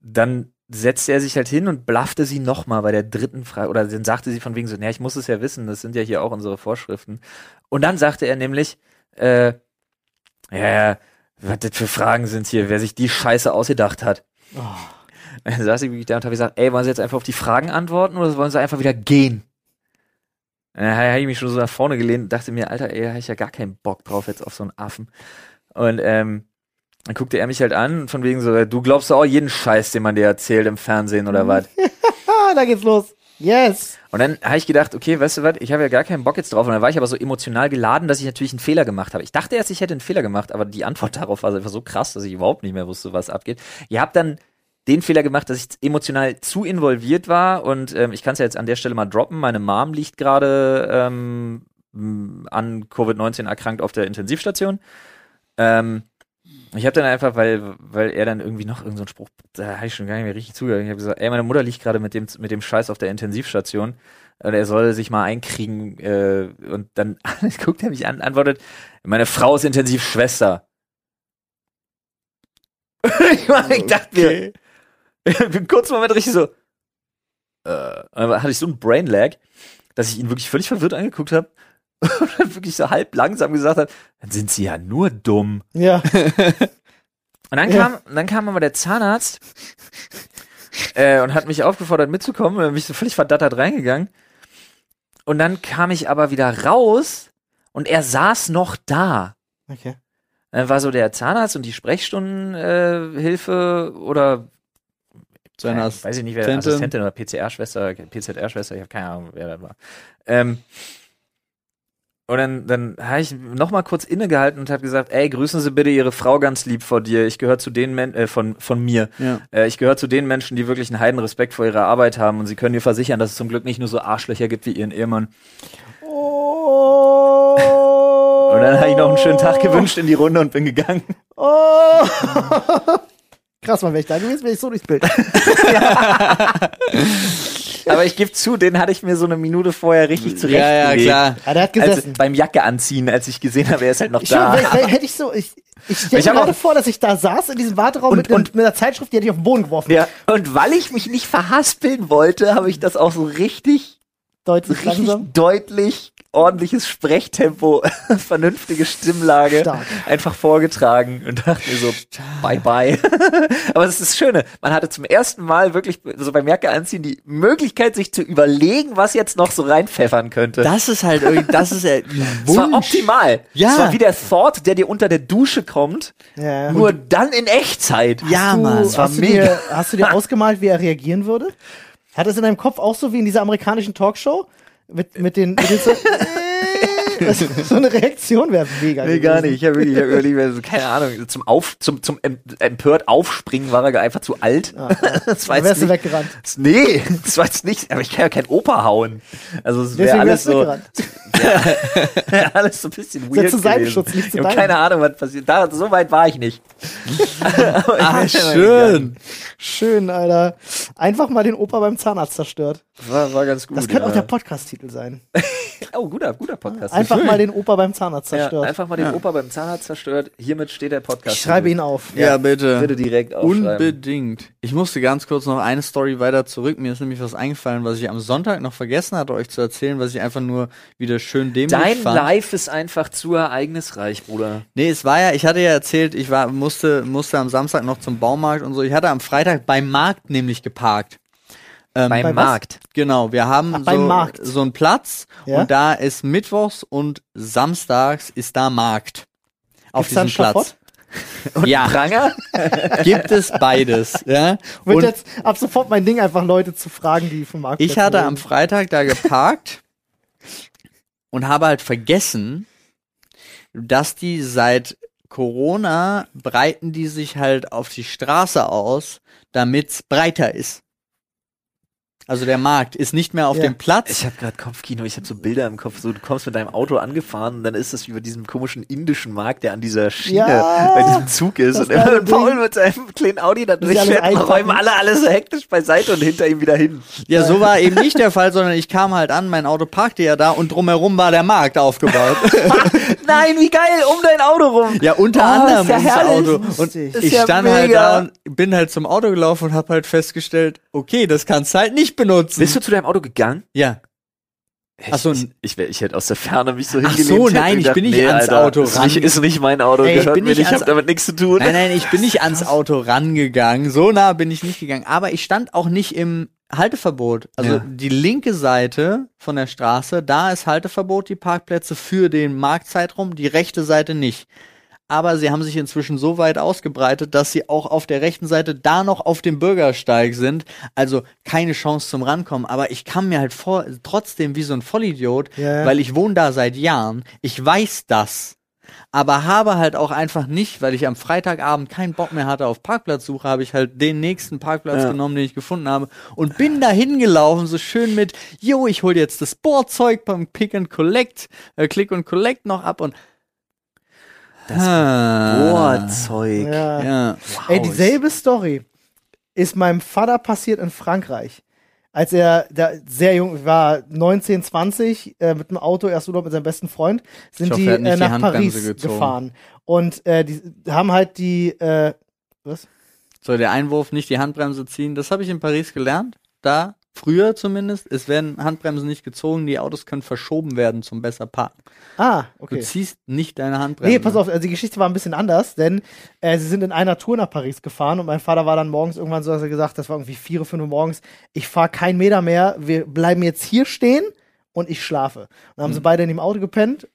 Speaker 2: dann setzte er sich halt hin und blaffte sie nochmal bei der dritten Frage. Oder dann sagte sie von wegen so, naja, ich muss es ja wissen, das sind ja hier auch unsere Vorschriften. Und dann sagte er nämlich, äh, ja, ja, was das für Fragen sind hier, wer sich die Scheiße ausgedacht hat.
Speaker 1: Oh.
Speaker 2: Dann saß ich wirklich da und habe gesagt, ey, wollen Sie jetzt einfach auf die Fragen antworten oder wollen Sie einfach wieder gehen? Dann habe ich mich schon so nach vorne gelehnt und dachte mir, Alter, ey, da habe ich ja gar keinen Bock drauf jetzt auf so einen Affen. Und ähm, dann guckte er mich halt an und von wegen so, du glaubst doch auch jeden Scheiß, den man dir erzählt im Fernsehen oder was.
Speaker 1: ah, da geht's los. Yes.
Speaker 2: Und dann habe ich gedacht, okay, weißt du was, ich habe ja gar keinen Bock jetzt drauf. Und dann war ich aber so emotional geladen, dass ich natürlich einen Fehler gemacht habe. Ich dachte erst, ich hätte einen Fehler gemacht, aber die Antwort [laughs] darauf war einfach so krass, dass ich überhaupt nicht mehr wusste, was abgeht. Ihr habt dann den Fehler gemacht, dass ich emotional zu involviert war und ähm, ich kann es ja jetzt an der Stelle mal droppen. Meine Mom liegt gerade ähm, m, an Covid-19 erkrankt auf der Intensivstation. Ähm, ich habe dann einfach, weil, weil er dann irgendwie noch irgendeinen so einen Spruch, da habe ich schon gar nicht mehr richtig zugehört. Ich habe gesagt, ey, meine Mutter liegt gerade mit dem, mit dem Scheiß auf der Intensivstation und er soll sich mal einkriegen. Äh, und dann [laughs] guckt er mich an, antwortet, meine Frau ist Intensivschwester. [laughs] ich, war, ich dachte mir, ich [laughs] bin einen kurzen Moment richtig so, äh, und dann hatte ich so einen Brain Lag, dass ich ihn wirklich völlig verwirrt angeguckt habe [laughs] und dann wirklich so halb langsam gesagt habe, dann sind sie ja nur dumm.
Speaker 1: Ja.
Speaker 2: Und dann
Speaker 1: Ja.
Speaker 2: kam, dann kam aber der Zahnarzt äh, und hat mich aufgefordert mitzukommen. Und dann bin ich so völlig verdattert reingegangen. Und dann kam ich aber wieder raus und er saß noch da.
Speaker 1: Okay.
Speaker 2: Dann war so der Zahnarzt und die Sprechstundenhilfe äh, Hilfe oder
Speaker 3: Seine
Speaker 2: äh, weiß ich nicht, wer
Speaker 3: Assistentin.
Speaker 2: Assistentin oder PCR-Schwester, PZR-Schwester, ich habe keine Ahnung, wer das war. Ähm, und dann, dann habe ich nochmal kurz innegehalten und habe gesagt, ey, grüßen Sie bitte Ihre Frau ganz lieb vor dir. Ich gehöre zu den Men äh, von, von mir.
Speaker 3: Ja.
Speaker 2: Äh, ich gehöre zu den Menschen, die wirklich einen heiden Respekt vor ihrer Arbeit haben und sie können dir versichern, dass es zum Glück nicht nur so Arschlöcher gibt wie ihren Ehemann.
Speaker 1: Oh.
Speaker 2: Und dann habe ich noch einen schönen Tag gewünscht in die Runde und bin gegangen.
Speaker 1: Oh. [laughs] krass, man, wäre ich da gewesen, wäre ich so durchs Bild.
Speaker 2: [laughs] Aber ich gebe zu, den hatte ich mir so eine Minute vorher richtig zurechtgelegt.
Speaker 3: Ja, ja, klar.
Speaker 1: Ja, der hat
Speaker 2: Als,
Speaker 1: gesessen.
Speaker 2: beim Jacke anziehen, als ich gesehen habe, er ist halt noch
Speaker 1: Ich
Speaker 2: da.
Speaker 1: schwör, wenn- wenn- hätte ich so, ich, ich stelle mir
Speaker 2: Ich hab
Speaker 1: gerade
Speaker 2: auch-
Speaker 1: vor, dass ich da saß in diesem Warteraum
Speaker 2: Und-
Speaker 1: mit, einem-
Speaker 2: und-
Speaker 1: mit einer Zeitschrift, die hätte ich auf den Boden geworfen.
Speaker 2: Ja. Und weil ich mich nicht verhaspeln wollte, habe ich das auch so richtig,
Speaker 1: Deutlich
Speaker 2: richtig
Speaker 1: langsam.
Speaker 2: deutlich, ordentliches Sprechtempo, [laughs] vernünftige Stimmlage
Speaker 1: Stark.
Speaker 2: einfach vorgetragen und dachte mir so, bye bye. [laughs] Aber es ist das Schöne, man hatte zum ersten Mal wirklich so beim Jacke anziehen die Möglichkeit, sich zu überlegen, was jetzt noch so reinpfeffern könnte.
Speaker 3: Das ist halt irgendwie, das
Speaker 2: [laughs]
Speaker 3: ist halt ein
Speaker 2: es war
Speaker 3: Wunsch.
Speaker 2: optimal.
Speaker 3: Ja.
Speaker 2: Es war wie der Thought, der dir unter der Dusche kommt,
Speaker 1: Ja.
Speaker 2: nur dann in Echtzeit.
Speaker 3: Ja,
Speaker 1: Du,
Speaker 3: Ah, Mann.
Speaker 1: hast, du dir, hast du dir ausgemalt, wie er reagieren würde? Hat er es in deinem Kopf auch so wie in dieser amerikanischen Talkshow? Mit, mit den. Mit den so, so [laughs] eine Reaktion wäre mega.
Speaker 2: Nee, gar
Speaker 1: gewesen.
Speaker 2: nicht. Ich habe wirklich ich hab überlegt, also, keine Ahnung. Zum, Auf, zum, zum em- empört Aufspringen war er einfach zu alt. [laughs] das war
Speaker 1: Dann
Speaker 2: jetzt
Speaker 1: wärst du
Speaker 2: nicht,
Speaker 1: weggerannt.
Speaker 2: das- nee, [laughs] das war jetzt nicht. Aber ich kann ja kein Opa hauen. Also es wäre
Speaker 1: Deswegen
Speaker 2: alles
Speaker 1: wärst du
Speaker 2: so,
Speaker 1: weggerannt.
Speaker 2: wär [laughs] alles so ein bisschen weird
Speaker 1: zu seinem Schutz, nicht zu
Speaker 2: ich hab
Speaker 1: deinem.
Speaker 2: keine Ahnung, was passiert. Da, so weit war ich
Speaker 3: [laughs]
Speaker 2: nicht. Aber ich
Speaker 3: Ah,
Speaker 2: weiß ja mal nicht.
Speaker 3: schön.
Speaker 1: Schön, Alter. Einfach mal den Opa beim Zahnarzt zerstört.
Speaker 2: War, war ganz gut.
Speaker 1: Das könnte auch
Speaker 2: ja.
Speaker 1: der Podcast-Titel sein.
Speaker 2: Oh, guter, guter Podcast.
Speaker 1: Einfach
Speaker 3: schön.
Speaker 1: mal den Opa beim Zahnarzt
Speaker 2: ja,
Speaker 1: zerstört.
Speaker 2: einfach mal den Opa beim Zahnarzt zerstört. Hiermit steht der Podcast.
Speaker 1: ich schreibe ihn auf.
Speaker 3: Ja, bitte.
Speaker 2: Bitte direkt aufschreiben.
Speaker 3: Unbedingt. Ich musste ganz kurz noch eine Story weiter zurück. Mir ist nämlich was eingefallen, was ich am Sonntag noch vergessen hatte, euch zu erzählen, was ich einfach nur wieder schön dämlich
Speaker 5: Dein
Speaker 3: fand.
Speaker 5: Life ist einfach zu ereignisreich, Bruder.
Speaker 3: Nee, es war ja, ich hatte ja erzählt, ich war, musste, musste am Samstag noch zum Baumarkt und so. Ich hatte am Freitag beim Markt nämlich geparkt. Ähm,
Speaker 5: Beim
Speaker 1: bei was?
Speaker 5: Markt.
Speaker 3: Genau, wir haben
Speaker 1: Ach, beim
Speaker 3: so,
Speaker 1: Markt.
Speaker 3: so einen Platz
Speaker 1: Ja?
Speaker 3: und da ist mittwochs und samstags ist da Markt. Auf
Speaker 1: Gibt's da
Speaker 3: diesem
Speaker 1: einen
Speaker 3: Platz. [laughs]
Speaker 1: Schafott?
Speaker 3: ja,
Speaker 5: Pranger?
Speaker 3: gibt es beides. Ja?
Speaker 1: Wird
Speaker 3: Und-
Speaker 1: jetzt ab sofort mein Ding, einfach Leute zu fragen, die vom Markt
Speaker 3: Ich hatte am Freitag
Speaker 2: [laughs]
Speaker 3: da geparkt und habe halt vergessen, dass die seit Corona breiten die sich halt auf die Straße aus, damit es breiter ist. Also der Markt ist nicht mehr auf
Speaker 1: Ja.
Speaker 3: dem Platz.
Speaker 2: Ich habe gerade Kopfkino, ich habe so Bilder im Kopf. So, du kommst mit deinem Auto angefahren und dann ist das über diesem komischen indischen Markt, der an dieser Schiene
Speaker 1: Ja,
Speaker 2: bei diesem Zug ist.
Speaker 1: das
Speaker 2: Und immer
Speaker 1: geile
Speaker 2: wenn Paul
Speaker 1: Ding.
Speaker 2: mit seinem kleinen Audi da
Speaker 1: sie alles
Speaker 2: durchfährt,
Speaker 1: einpacken.
Speaker 2: räumen alle alles so hektisch beiseite und hinter ihm wieder
Speaker 3: [laughs]
Speaker 2: hin.
Speaker 3: Ja,
Speaker 2: [laughs]
Speaker 3: so war eben nicht der Fall, sondern ich kam halt an, mein Auto parkte ja da und drumherum war der
Speaker 2: [laughs]
Speaker 3: Markt aufgebaut.
Speaker 2: Nein, wie geil, um dein Auto rum.
Speaker 3: Ja, unter anderem
Speaker 2: Oh, ja
Speaker 3: ist das
Speaker 2: herrlich.
Speaker 3: Auto. Und
Speaker 1: Lustig.
Speaker 3: ich
Speaker 2: Ist ja
Speaker 3: stand halt da
Speaker 2: mega.
Speaker 3: und bin halt zum Auto gelaufen und habe halt festgestellt, okay, das kannst du halt nicht benutzen.
Speaker 5: Bist du zu deinem Auto gegangen?
Speaker 3: ja. Ach so,
Speaker 2: ich, ich, wär- ich hätte aus der Ferne mich so
Speaker 3: Ach
Speaker 2: hingelegt.
Speaker 3: so, nein, ich bin nicht ans Auto
Speaker 2: ist
Speaker 3: ran.
Speaker 2: Nicht, ist nicht mein Auto,
Speaker 3: Ey, ich
Speaker 2: gehört
Speaker 3: bin
Speaker 2: mir
Speaker 3: nicht
Speaker 2: nicht, ich
Speaker 3: ans-
Speaker 2: habe damit nichts zu tun.
Speaker 3: Nein, nein, ich bin nicht ans Auto rangegangen. So nah bin ich nicht gegangen. Aber ich stand auch nicht im Halteverbot. Also
Speaker 5: Ja.
Speaker 3: die linke Seite von der Straße, da ist Halteverbot, die Parkplätze für den Marktzeitraum, die rechte Seite nicht. Aber sie haben sich inzwischen so weit ausgebreitet, dass sie auch auf der rechten Seite da noch auf dem Bürgersteig sind. Also keine Chance zum Rankommen. Aber ich kam mir halt vor, trotzdem wie so ein Vollidiot,
Speaker 1: Ja.
Speaker 3: weil ich wohne da seit Jahren. Ich weiß das aber habe halt auch einfach nicht, weil ich am Freitagabend keinen Bock mehr hatte auf Parkplatzsuche, habe ich halt den nächsten Parkplatz genommen, den ich gefunden habe und bin da hingelaufen, so schön mit, jo, ich hol jetzt das Bohrzeug beim Pick and Collect, äh, Click and Collect noch ab und das
Speaker 2: [laughs] Bohrzeug.
Speaker 1: Ja.
Speaker 3: Ja.
Speaker 1: Ey, dieselbe Story ist meinem Vater passiert in Frankreich. Als er da sehr jung war, 19, 20, äh, mit dem Auto erst Urlaub mit seinem besten Freund, sind
Speaker 3: Ich hoffe,
Speaker 1: die
Speaker 3: er hat nicht
Speaker 1: äh,
Speaker 3: die
Speaker 1: nach
Speaker 3: Handbremse
Speaker 1: Paris
Speaker 3: gezogen.
Speaker 1: gefahren. Und äh, die haben halt die, äh, was?
Speaker 3: So, der Einwurf, nicht die Handbremse ziehen, das habe ich in Paris gelernt, da früher zumindest, es werden Handbremsen nicht gezogen, die Autos können verschoben werden zum besser parken.
Speaker 1: Ah,
Speaker 3: Du
Speaker 1: okay.
Speaker 3: ziehst nicht deine Handbremse.
Speaker 1: Nee, pass auf, also die Geschichte war ein bisschen anders, denn äh, sie sind in einer Tour nach Paris gefahren und mein Vater war dann morgens irgendwann so, dass er gesagt, das war irgendwie vier, fünf Uhr morgens, ich fahre keinen Meter mehr, wir bleiben jetzt hier stehen und ich schlafe. Und dann
Speaker 3: Mhm.
Speaker 1: haben sie beide in dem Auto gepennt,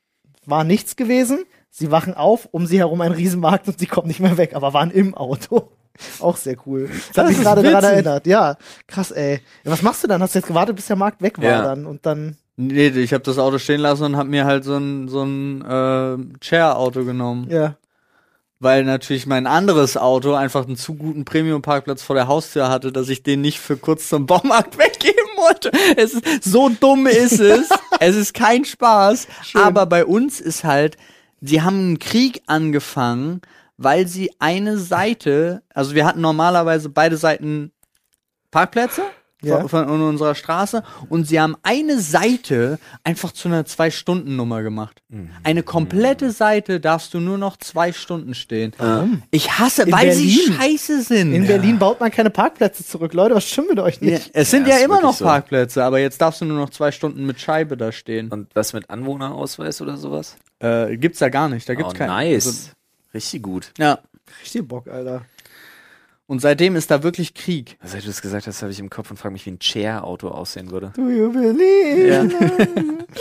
Speaker 1: war nichts gewesen, sie wachen auf, um sie herum ein Riesenmarkt und sie kommen nicht mehr weg, aber waren im Auto. [laughs] Auch sehr cool. Das hat mich
Speaker 3: ist
Speaker 1: gerade daran
Speaker 3: witzig.
Speaker 1: erinnert. Ja, krass, ey. Ja, was machst du dann? Hast du jetzt gewartet, bis der Markt weg war
Speaker 3: Ja.
Speaker 1: dann und dann.
Speaker 3: Nee, ich habe das Auto stehen lassen und habe mir halt so ein, so ein äh, Chair-Auto genommen.
Speaker 1: Ja.
Speaker 3: Weil natürlich mein anderes Auto einfach einen zu guten Premium-Parkplatz vor der Haustür hatte, dass ich den nicht für kurz zum Baumarkt [laughs] weggeben wollte. Es ist, so dumm ist es. es ist kein Spaß. Aber bei uns ist halt, sie haben einen Krieg angefangen, weil sie eine Seite, also wir hatten normalerweise beide Seiten Parkplätze
Speaker 1: Ja.
Speaker 3: von, von in unserer Straße und sie haben eine Seite einfach zu einer Zwei-Stunden-Nummer gemacht. Eine komplette Seite darfst du nur noch zwei Stunden stehen. Ich hasse,
Speaker 1: In
Speaker 3: weil sie
Speaker 1: Berlin?
Speaker 3: scheiße sind.
Speaker 1: In Berlin baut man keine Parkplätze zurück. Leute, was stimmt mit euch
Speaker 3: Ja,
Speaker 1: nicht?
Speaker 3: es sind ja,
Speaker 2: Ja, ist
Speaker 3: immer
Speaker 2: wirklich
Speaker 3: noch
Speaker 2: so.
Speaker 3: Parkplätze, aber jetzt darfst du nur noch zwei Stunden mit Scheibe da stehen.
Speaker 5: Und was mit Anwohnerausweis oder sowas?
Speaker 3: Äh, gibt's Also, da gar nicht, da gibt's
Speaker 5: oh,
Speaker 3: keinen.
Speaker 5: nice.
Speaker 3: Also,
Speaker 5: Richtig gut.
Speaker 3: ja.
Speaker 1: Richtig Bock, Alter.
Speaker 3: Und seitdem ist da wirklich Krieg.
Speaker 2: Seit du das gesagt hast, habe ich im Kopf und frage mich, wie ein Chair-Auto aussehen würde.
Speaker 1: Do you believe?
Speaker 3: [laughs]
Speaker 2: Ja.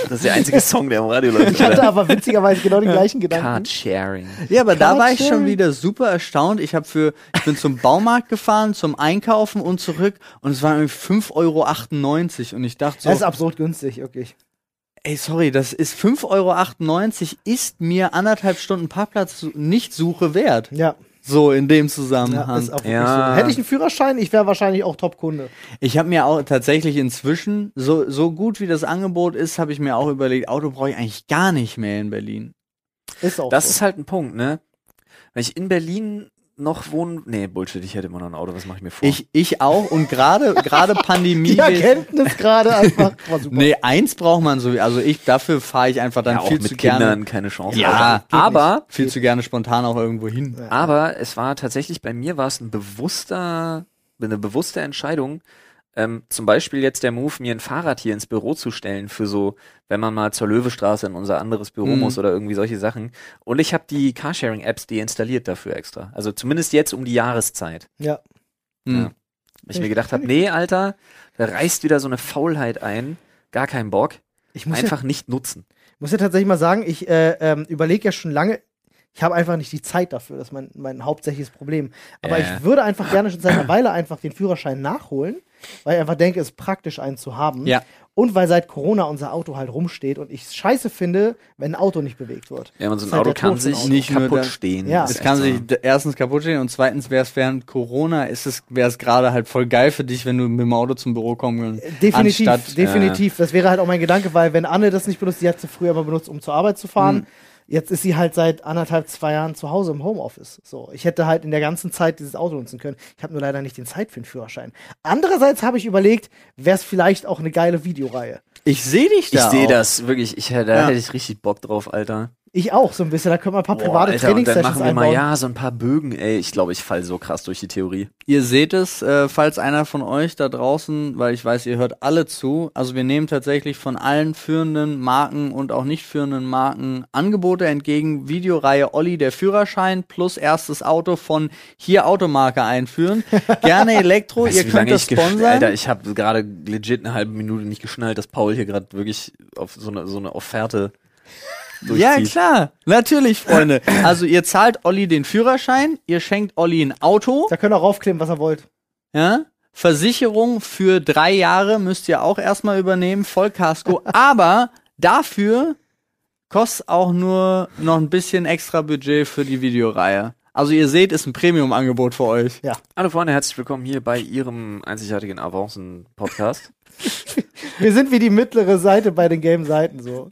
Speaker 2: Das ist der einzige Song, der im Radio läuft.
Speaker 1: Ich hatte aber witzigerweise genau den gleichen Gedanken.
Speaker 2: Card Sharing.
Speaker 3: Ja, aber da
Speaker 1: Couch
Speaker 3: war ich schon
Speaker 1: Sharing.
Speaker 3: wieder super erstaunt. Ich habe für, ich bin zum Baumarkt gefahren, zum Einkaufen und zurück und es waren irgendwie 5,98 Euro und ich dachte so,
Speaker 1: Das ist absurd günstig, wirklich.
Speaker 3: ey, sorry, das ist 5,98 Euro ist mir anderthalb Stunden Parkplatz su- nicht Suche wert.
Speaker 1: Ja,
Speaker 3: So in dem
Speaker 1: ja
Speaker 3: Zusammenhang.
Speaker 1: ist auch wirklich
Speaker 2: Ja.
Speaker 1: so. Hätte ich einen Führerschein, ich wäre wahrscheinlich auch Top-Kunde.
Speaker 3: ich habe mir auch tatsächlich inzwischen, so, so gut wie das Angebot ist, habe ich mir auch überlegt, Auto brauche ich eigentlich gar nicht mehr in Berlin.
Speaker 1: Ist auch
Speaker 2: Das
Speaker 1: so.
Speaker 2: ist halt ein Punkt, ne? Wenn ich in Berlin noch wohne. Nee, Bullshit, ich hätte immer noch ein Auto, was mache ich mir vor?
Speaker 3: Ich, ich auch und gerade
Speaker 1: [laughs]
Speaker 3: gerade Pandemie.
Speaker 1: die Erkenntnis gerade einfach [laughs] war super.
Speaker 3: Nee, eins braucht man so. Also ich dafür fahre ich einfach dann
Speaker 2: ja, auch
Speaker 3: viel
Speaker 2: mit
Speaker 3: zu gerne,
Speaker 2: Kindern keine Chance.
Speaker 3: Ja.
Speaker 2: Auto. aber,
Speaker 3: viel zu gerne spontan auch irgendwo hin.
Speaker 1: Ja.
Speaker 2: aber es war tatsächlich bei mir war es ein bewusster, eine bewusste Entscheidung. Ähm, zum Beispiel jetzt der Move, mir ein Fahrrad hier ins Büro zu stellen für so, wenn man mal zur Löwestraße in unser anderes Büro
Speaker 3: Mhm.
Speaker 2: muss oder irgendwie solche Sachen. Und ich habe die Carsharing-Apps deinstalliert dafür extra. Also zumindest jetzt um die Jahreszeit.
Speaker 1: Ja.
Speaker 3: Mhm.
Speaker 2: Weil ich mir gedacht habe, nee, Alter, da reißt wieder so eine Faulheit ein. Gar kein Bock.
Speaker 1: Ich muss ja,
Speaker 2: Einfach nicht nutzen.
Speaker 1: muss ja tatsächlich mal sagen, ich äh, ähm, überlege ja schon lange, ich habe einfach nicht die Zeit dafür, das ist mein, mein hauptsächliches Problem. Aber
Speaker 2: Ja.
Speaker 1: ich würde einfach gerne schon seit einer Weile einfach den Führerschein nachholen, weil ich einfach denke, es ist praktisch, einen zu haben.
Speaker 3: Ja.
Speaker 1: Und weil seit Corona unser Auto halt rumsteht und ich es scheiße finde, wenn ein Auto nicht bewegt wird.
Speaker 2: Ja, man so ein
Speaker 1: Ist halt
Speaker 2: Auto
Speaker 1: der
Speaker 2: kann
Speaker 1: Tod für ein
Speaker 2: sich
Speaker 1: Auto.
Speaker 2: nicht
Speaker 3: Nicht nur
Speaker 2: kaputt
Speaker 3: das-
Speaker 2: stehen.
Speaker 1: Ja.
Speaker 2: Das
Speaker 3: Es
Speaker 2: ist
Speaker 3: kann
Speaker 2: echt
Speaker 3: sich
Speaker 2: so.
Speaker 3: d- erstens kaputt stehen und zweitens wäre es während Corona ist es wäre es gerade halt voll geil für dich, wenn du mit dem Auto zum Büro kommen kannst.
Speaker 1: Definitiv,
Speaker 2: äh,
Speaker 3: Anstatt,
Speaker 1: definitiv. das wäre halt auch mein Gedanke, weil wenn Anne das nicht benutzt, die hat sie früher immer benutzt, um zur Arbeit zu fahren.
Speaker 2: Mhm.
Speaker 1: Jetzt ist sie halt seit anderthalb, zwei Jahren zu Hause im Homeoffice. So, ich hätte halt in der ganzen Zeit dieses Auto nutzen können. Ich habe nur leider nicht den Zeit für den Führerschein. Andererseits habe ich überlegt, wäre es vielleicht auch eine geile Videoreihe.
Speaker 3: Ich sehe dich
Speaker 2: Ich
Speaker 3: da.
Speaker 2: sehe
Speaker 3: auch.
Speaker 2: das wirklich. Ich, da
Speaker 3: Ja.
Speaker 2: hätte ich richtig Bock drauf, Alter.
Speaker 1: Ich auch so ein bisschen. Da können wir ein paar
Speaker 2: Boah,
Speaker 1: private
Speaker 2: Alter, und dann
Speaker 1: Trainingssessions
Speaker 2: machen wir mal
Speaker 1: einbauen.
Speaker 2: ja so ein paar Bögen. Ey, ich glaube, ich falle so krass durch die Theorie.
Speaker 3: Ihr seht es, äh, falls einer von euch da draußen, weil ich weiß, ihr hört alle zu. Also wir nehmen tatsächlich von allen führenden Marken und auch nicht führenden Marken Angebote entgegen. Videoreihe Olli der Führerschein plus erstes Auto von hier
Speaker 2: [laughs]
Speaker 3: Automarke einführen. Gerne Elektro,
Speaker 2: Weißt
Speaker 3: ihr
Speaker 2: du, wie
Speaker 3: könnt
Speaker 2: lange
Speaker 3: das
Speaker 2: ich gesch-
Speaker 3: sponsern.
Speaker 2: Alter, ich habe gerade legit eine halbe Minute nicht geschnallt, dass Paul hier gerade wirklich auf so eine, so eine Offerte durchzieht.
Speaker 3: ja klar, natürlich Freunde. Also ihr zahlt Olli den Führerschein, ihr schenkt Olli ein Auto.
Speaker 1: Da könnt ihr auch raufkleben, was ihr wollt.
Speaker 3: Ja? Versicherung für drei Jahre müsst ihr auch erstmal übernehmen, Vollkasko. Aber dafür kostet auch nur noch ein bisschen extra Budget für die Videoreihe. Also ihr seht, ist ein Premium-Angebot für euch.
Speaker 2: Hallo Freunde, herzlich willkommen hier bei Ihrem einzigartigen Avancen-Podcast.
Speaker 1: Wir sind wie die mittlere Seite bei den Game-Seiten so.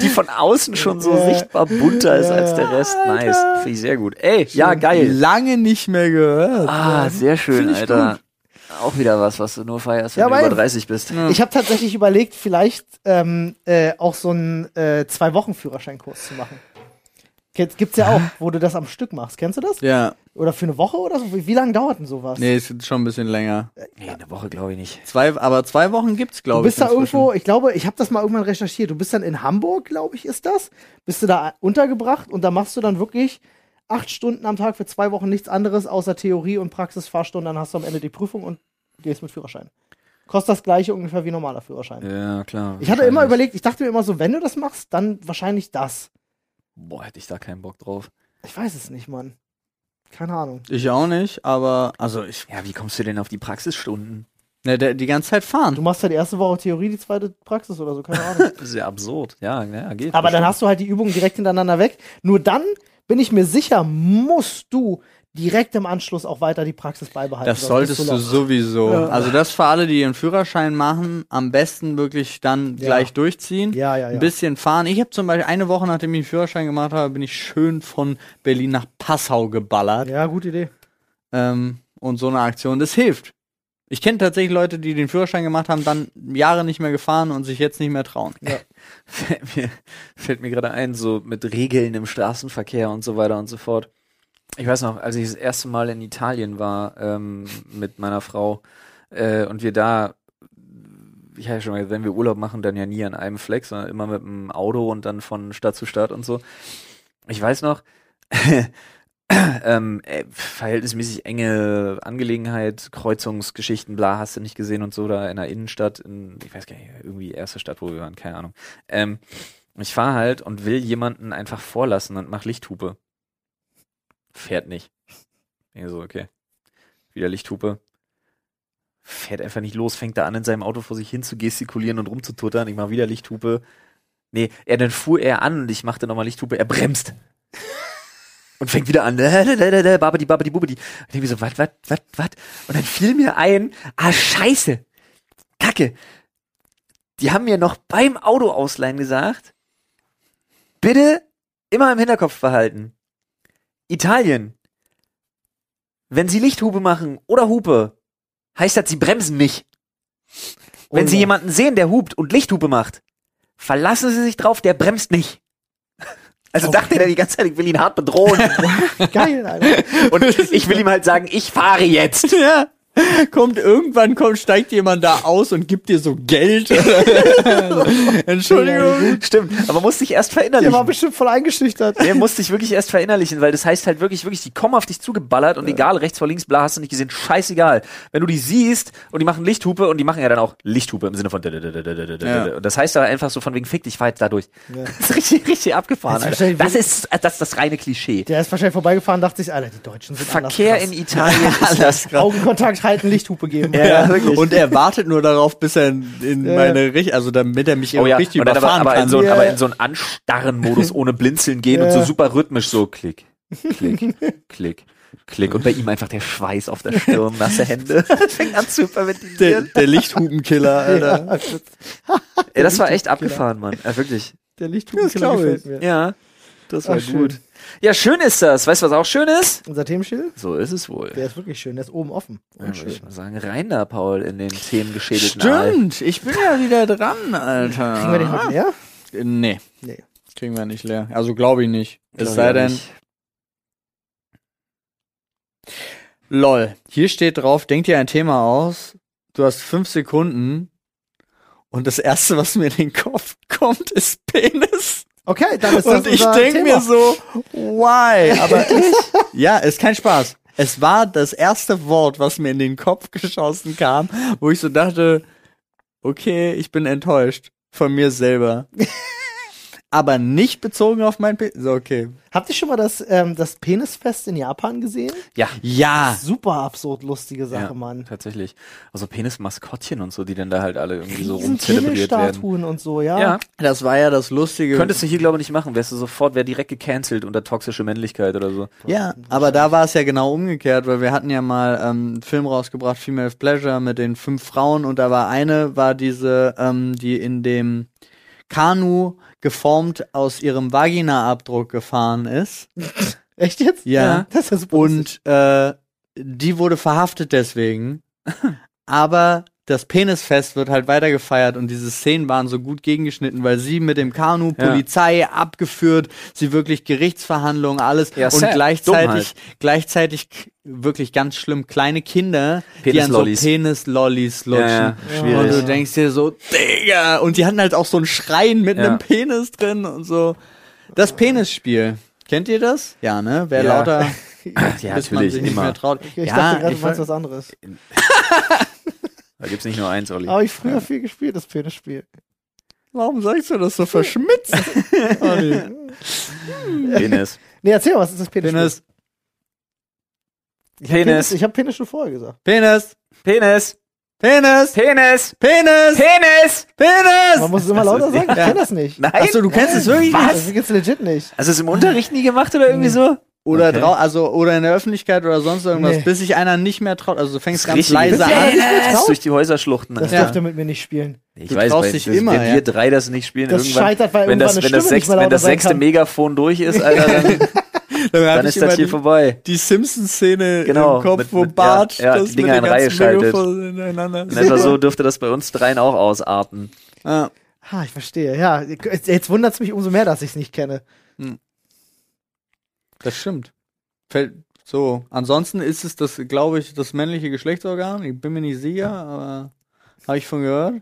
Speaker 2: die von außen schon so
Speaker 1: Ja.
Speaker 2: sichtbar bunter ist
Speaker 1: Ja,
Speaker 2: als
Speaker 1: ja.
Speaker 2: der Rest. Nice. Finde ich sehr gut. Ey, ja, geil.
Speaker 3: Lange nicht mehr gehört.
Speaker 2: Ah, sehr schön,
Speaker 3: Find ich
Speaker 2: Alter. Auch wieder was, was du nur feierst, wenn
Speaker 1: Ja,
Speaker 2: du
Speaker 1: weil-
Speaker 2: über 30 bist.
Speaker 1: Ich habe tatsächlich überlegt, vielleicht ähm, äh, auch so einen äh, Zwei-Wochen-Führerscheinkurs zu machen. Jetzt gibt's ja auch, wo du das am Stück machst. Kennst du das?
Speaker 3: Ja,
Speaker 1: Oder für eine Woche oder so? Wie, wie lange dauert denn sowas?
Speaker 3: nee, ist jetzt schon ein bisschen länger.
Speaker 2: Nee, eine Woche glaube ich nicht.
Speaker 3: Zwei, aber zwei Wochen gibt's,
Speaker 1: Du
Speaker 3: glaube ich.
Speaker 1: bist da
Speaker 3: inzwischen.
Speaker 1: irgendwo, ich glaube, ich habe das mal irgendwann recherchiert. Du bist dann in Hamburg, glaube ich, ist das. Bist du da untergebracht und da machst du dann wirklich acht Stunden am Tag für zwei Wochen nichts anderes außer Theorie und Praxisfahrstunden. Dann hast du am Ende die Prüfung und gehst mit Führerschein. Kostet das gleiche ungefähr wie normaler Führerschein.
Speaker 2: Ja, klar.
Speaker 1: Ich hatte immer überlegt, ich dachte mir immer so, wenn du das machst, dann wahrscheinlich das.
Speaker 2: Boah, hätte ich da keinen Bock drauf.
Speaker 1: Ich weiß es nicht, Mann. Keine Ahnung.
Speaker 3: Ich auch nicht, aber also ich.
Speaker 2: Ja, wie kommst du denn auf die Praxisstunden?
Speaker 3: Ne, der, die ganze Zeit
Speaker 1: Du
Speaker 3: fahren.
Speaker 1: machst ja die erste Woche Theorie, die zweite Praxis oder so, keine Ahnung.
Speaker 3: [laughs]
Speaker 2: Das ist ja absurd. Ja, ja, geht.
Speaker 1: Aber dann
Speaker 2: bestimmt.
Speaker 1: hast du halt die Übungen direkt hintereinander weg. Nur dann bin ich mir sicher, musst du direkt im Anschluss auch weiter die Praxis beibehalten.
Speaker 3: Das
Speaker 1: sonst
Speaker 3: solltest
Speaker 1: bist
Speaker 3: du
Speaker 1: lost.
Speaker 3: sowieso. Also das für alle, die ihren Führerschein machen, am besten wirklich dann
Speaker 1: Ja.
Speaker 3: gleich durchziehen.
Speaker 1: Ja, ja,
Speaker 3: Ein
Speaker 1: ja.
Speaker 3: bisschen fahren. Ich habe zum Beispiel eine Woche, nachdem ich den Führerschein gemacht habe, bin ich schön von Berlin nach Passau geballert.
Speaker 1: ja, gute Idee.
Speaker 3: Ähm, und so eine Aktion, das hilft. Ich kenne tatsächlich Leute, die den Führerschein gemacht haben, dann Jahre nicht mehr gefahren und sich jetzt nicht mehr trauen.
Speaker 2: fällt mir, fällt mir gerade ein, so mit Regeln im Straßenverkehr und so weiter und so fort. Ich weiß noch, als ich das erste Mal in Italien war ähm, mit meiner Frau äh, und wir da, ich habe ja schon mal gesagt, wenn wir Urlaub machen, dann ja nie an einem Fleck, sondern immer mit dem Auto und dann von Stadt zu Stadt und so. Ich weiß noch, [laughs] ähm, äh, verhältnismäßig enge Angelegenheit, Kreuzungsgeschichten, bla, hast du nicht gesehen und so, da in der Innenstadt, in, ich weiß gar nicht, irgendwie erste Stadt, wo wir waren, keine Ahnung. Ähm, ich fahre halt und will jemanden einfach vorlassen und mach Lichthupe. Fährt nicht. Ich so, okay. Wieder Lichthupe. Fährt einfach nicht los, fängt da an, in seinem Auto vor sich hin zu gestikulieren und rumzututtern. Ich mach wieder Lichthupe. Nee, er, dann fuhr er an und ich machte nochmal Lichthupe. Er bremst. Und fängt wieder an, lalalala, babadi, babadi, bubadi. Und ich denk mir so, wat, wat, wat, wat? Und dann fiel mir ein, ah, scheiße. Kacke. Die haben mir noch beim Auto ausleihen gesagt, bitte immer im Hinterkopf behalten. Italien. Wenn sie Lichthupe machen oder Hupe, heißt das, sie bremsen nicht. Wenn
Speaker 1: Oh
Speaker 2: sie
Speaker 1: ja.
Speaker 2: jemanden sehen, der hupt und Lichthupe macht, verlassen sie sich drauf, der bremst nicht. [laughs] Also dachte er die ganze Zeit, ich will ihn hart bedrohen.
Speaker 1: Geil, Alter.
Speaker 2: Und ich will ihm halt sagen, ich fahre jetzt.
Speaker 3: Ja. [laughs] Kommt irgendwann kommt, steigt jemand da aus und gibt dir so
Speaker 1: [laughs]
Speaker 3: Geld. [laughs] Entschuldigung.
Speaker 2: Stimmt, aber musste ich erst
Speaker 1: Der war
Speaker 2: verinnerlichen.
Speaker 1: bestimmt voll eingeschüchtert.
Speaker 2: Der musste ich wirklich erst verinnerlichen, weil das heißt halt wirklich, wirklich, die kommen auf dich zugeballert und egal, rechts vor links, bla, hast du nicht gesehen, scheißegal. Wenn du die siehst und die machen Lichthupe und die machen ja dann auch Lichthupe im Sinne von
Speaker 3: Ja.
Speaker 2: und das heißt aber einfach so von wegen fick dich, fahr jetzt da durch. [laughs] Das ist richtig, richtig abgefahren,
Speaker 1: Das ist
Speaker 2: Alter. Das
Speaker 1: wahrscheinlich-
Speaker 2: ist, äh, das ist das reine Klischee.
Speaker 1: Der ist wahrscheinlich vorbeigefahren, dachte sich, Alter, die Deutschen sind anders
Speaker 2: Verkehr
Speaker 1: krass.
Speaker 2: in Italien ist das krass.
Speaker 1: Augenkontakt halten, Lichthupe geben.
Speaker 2: Ja, wirklich.
Speaker 3: und er wartet nur darauf, bis er in, in
Speaker 1: Ja.
Speaker 3: meine Richtung, also damit er mich
Speaker 2: Oh ja,
Speaker 3: richtig
Speaker 2: und dann aber,
Speaker 3: überfahren
Speaker 2: aber,
Speaker 3: kann.
Speaker 2: in so,
Speaker 1: Ja.
Speaker 2: aber in so einen Anstarren-Modus [laughs] ohne Blinzeln gehen und so
Speaker 1: Ja.
Speaker 2: super rhythmisch so klick, [laughs] klick, klick, klick. Und bei ihm einfach der Schweiß auf der Stirn, nasse [laughs] Hände. Fängt an zu
Speaker 3: der,
Speaker 2: hyperventilieren.
Speaker 3: der Lichthupenkiller, Alter.
Speaker 1: [laughs] Ja,
Speaker 2: Ey, das war echt abgefahren, Mann. Ja, wirklich.
Speaker 1: der
Speaker 3: Das
Speaker 1: Lichthupenkiller
Speaker 3: glaub ich.
Speaker 1: gefällt mir.
Speaker 2: Ja, das war
Speaker 1: Ach, schön.
Speaker 2: gut. Ja, schön ist das. Weißt du, was auch schön ist?
Speaker 1: Unser Themenschild,
Speaker 2: So ist es wohl.
Speaker 1: der ist wirklich schön, der ist oben offen. Und
Speaker 2: Ja, würde
Speaker 1: schön.
Speaker 2: ich mal sagen, rein da, Paul, in den themengeschädigten Aal.
Speaker 3: Stimmt, ich bin ja wieder dran, Alter. Äh,
Speaker 1: Kriegen wir den heute leer?
Speaker 3: Nee.
Speaker 1: Nee.
Speaker 3: Kriegen wir nicht leer. Also glaube ich nicht. Es
Speaker 2: Glaub
Speaker 3: sei
Speaker 2: ich
Speaker 3: denn.
Speaker 2: nicht.
Speaker 3: Lol. Hier steht drauf, denk dir ein Thema aus. Du hast fünf Sekunden. Und das erste, was mir in den Kopf kommt, ist Penis.
Speaker 1: Okay, dann ist das
Speaker 3: Und ich
Speaker 1: unser
Speaker 3: denke
Speaker 1: Thema.
Speaker 3: mir so, why? Aber ja, ist kein Spaß. Es war das erste Wort, was mir in den Kopf geschossen kam, wo ich so dachte, okay, ich bin enttäuscht von
Speaker 1: [laughs]
Speaker 3: mir selber. Aber nicht bezogen auf mein Penis. So, okay.
Speaker 1: Habt ihr schon mal das, ähm, das Penisfest in Japan gesehen?
Speaker 2: Ja,
Speaker 3: Ja.
Speaker 1: Super absurd lustige Sache,
Speaker 2: Ah. Ja.
Speaker 1: Mann.
Speaker 2: tatsächlich. Also Penismaskottchen und so, die dann da halt alle irgendwie so
Speaker 1: Riesen
Speaker 2: rumzelebriert werden.
Speaker 1: Penisstatuen und so, ja.
Speaker 2: Ja,
Speaker 3: Das war ja das Lustige.
Speaker 2: Könntest du hier, glaube ich, nicht machen. Wärst du sofort, wär direkt gecancelt unter toxische Männlichkeit oder so.
Speaker 3: ja, aber da war es ja genau umgekehrt, weil wir hatten ja mal ähm, einen Film rausgebracht, Female Pleasure, mit den fünf Frauen und da war eine, war diese, ähm, die in dem Kanu geformt aus ihrem Vagina-Abdruck gefahren ist.
Speaker 1: Echt jetzt?
Speaker 3: Ja.
Speaker 1: Das ist ja super. lustig.
Speaker 3: Und äh, die wurde verhaftet deswegen.
Speaker 2: [laughs]
Speaker 3: Aber das Penisfest wird halt weitergefeiert und diese Szenen waren so gut gegengeschnitten, weil sie mit dem Kanu,
Speaker 2: Ja.
Speaker 3: Polizei abgeführt, sie wirklich Gerichtsverhandlungen, alles
Speaker 2: Ja,
Speaker 3: und
Speaker 2: sad.
Speaker 3: gleichzeitig
Speaker 2: Dummheit.
Speaker 3: gleichzeitig k- wirklich ganz schlimm kleine Kinder, die an so
Speaker 2: Penislollis.
Speaker 3: Penislollis
Speaker 2: Ja,
Speaker 3: lutschen.
Speaker 2: ja, Oh,
Speaker 3: Und
Speaker 2: schwierig.
Speaker 3: du denkst dir so, Digga! Und die hatten halt auch so ein Schrein mit
Speaker 2: Ja.
Speaker 3: einem Penis drin und so. Das Penisspiel. Kennt ihr das? Ja, ne? Wer
Speaker 2: [laughs] Ja.
Speaker 3: lauter
Speaker 2: Ja,
Speaker 3: bis man
Speaker 2: natürlich,
Speaker 3: sich nicht
Speaker 2: immer.
Speaker 3: mehr traut.
Speaker 1: ich dachte gerade, du
Speaker 3: voll-
Speaker 1: meinst was anderes.
Speaker 2: Da gibt's nicht nur eins, Olli.
Speaker 3: Oh,
Speaker 1: Aber ich früher viel gespielt, das Penisspiel.
Speaker 3: warum sagst du das so verschmitzt? Olli? [laughs]
Speaker 2: Penis.
Speaker 1: Nee, erzähl mal, was ist das Penisspiel?
Speaker 3: Penis,
Speaker 1: Ich hab
Speaker 2: Penis.
Speaker 1: Penis. Ich habe Penis schon vorher gesagt.
Speaker 3: Penis,
Speaker 2: Penis.
Speaker 3: Penis,
Speaker 2: Penis.
Speaker 3: Penis,
Speaker 2: Penis.
Speaker 1: Man
Speaker 3: Penis!
Speaker 1: muss es immer
Speaker 2: Das
Speaker 1: lauter
Speaker 2: ist-
Speaker 1: sagen, ich
Speaker 3: ja.
Speaker 1: kenn das nicht.
Speaker 2: Nein.
Speaker 3: Achso, du kennst es wirklich?
Speaker 1: Was? Das gibt's legit nicht.
Speaker 2: Hast du es im Unterricht nie gemacht oder
Speaker 3: Hm.
Speaker 2: irgendwie so?
Speaker 3: Oder
Speaker 2: Okay.
Speaker 3: drau also oder in der Öffentlichkeit oder sonst irgendwas,
Speaker 1: Nee.
Speaker 3: bis sich einer nicht mehr traut. Also du fängst ganz
Speaker 2: Richtig.
Speaker 3: leise
Speaker 2: [laughs]
Speaker 3: an.
Speaker 2: Penis. Durch die Häuserschluchten.
Speaker 1: Das
Speaker 3: Ja.
Speaker 1: dürft ihr mit mir nicht spielen.
Speaker 2: Ich
Speaker 3: Du
Speaker 2: weiß,
Speaker 3: traust
Speaker 2: bei-
Speaker 3: dich
Speaker 2: das,
Speaker 3: immer,
Speaker 2: wenn
Speaker 3: ja.
Speaker 2: wir drei das nicht spielen,
Speaker 1: Das
Speaker 2: irgendwann,
Speaker 1: scheitert, weil
Speaker 2: wenn das,
Speaker 1: irgendwann
Speaker 2: wenn
Speaker 1: eine Stimme
Speaker 2: das,
Speaker 1: nicht
Speaker 2: sechste,
Speaker 1: mehr
Speaker 2: wenn
Speaker 1: lauter
Speaker 2: das
Speaker 1: sein
Speaker 2: sechste
Speaker 1: kann.
Speaker 2: Megafon durch
Speaker 3: [laughs]
Speaker 2: ist, Alter, dann,
Speaker 3: Dann, hab
Speaker 2: dann
Speaker 3: ich
Speaker 2: ist
Speaker 3: immer
Speaker 2: das hier
Speaker 3: die- [laughs]
Speaker 2: vorbei.
Speaker 3: die Simpsons-Szene
Speaker 2: Genau,
Speaker 3: im Kopf,
Speaker 2: mit-
Speaker 3: wo
Speaker 2: mit-
Speaker 3: Bart
Speaker 2: ja, ja, die Dinger in Reihe schaltet.
Speaker 3: ineinander.
Speaker 2: In etwa so dürfte das bei uns dreien auch ausarten.
Speaker 3: [laughs] Ja.
Speaker 1: Ah, ich verstehe. Ja, jetzt, jetzt wundert es mich umso mehr, dass ich es nicht kenne.
Speaker 3: Das stimmt. Fällt so. Ansonsten ist es das, glaube ich, das männliche Geschlechtsorgan. Ich bin mir nicht sicher, aber habe ich von gehört.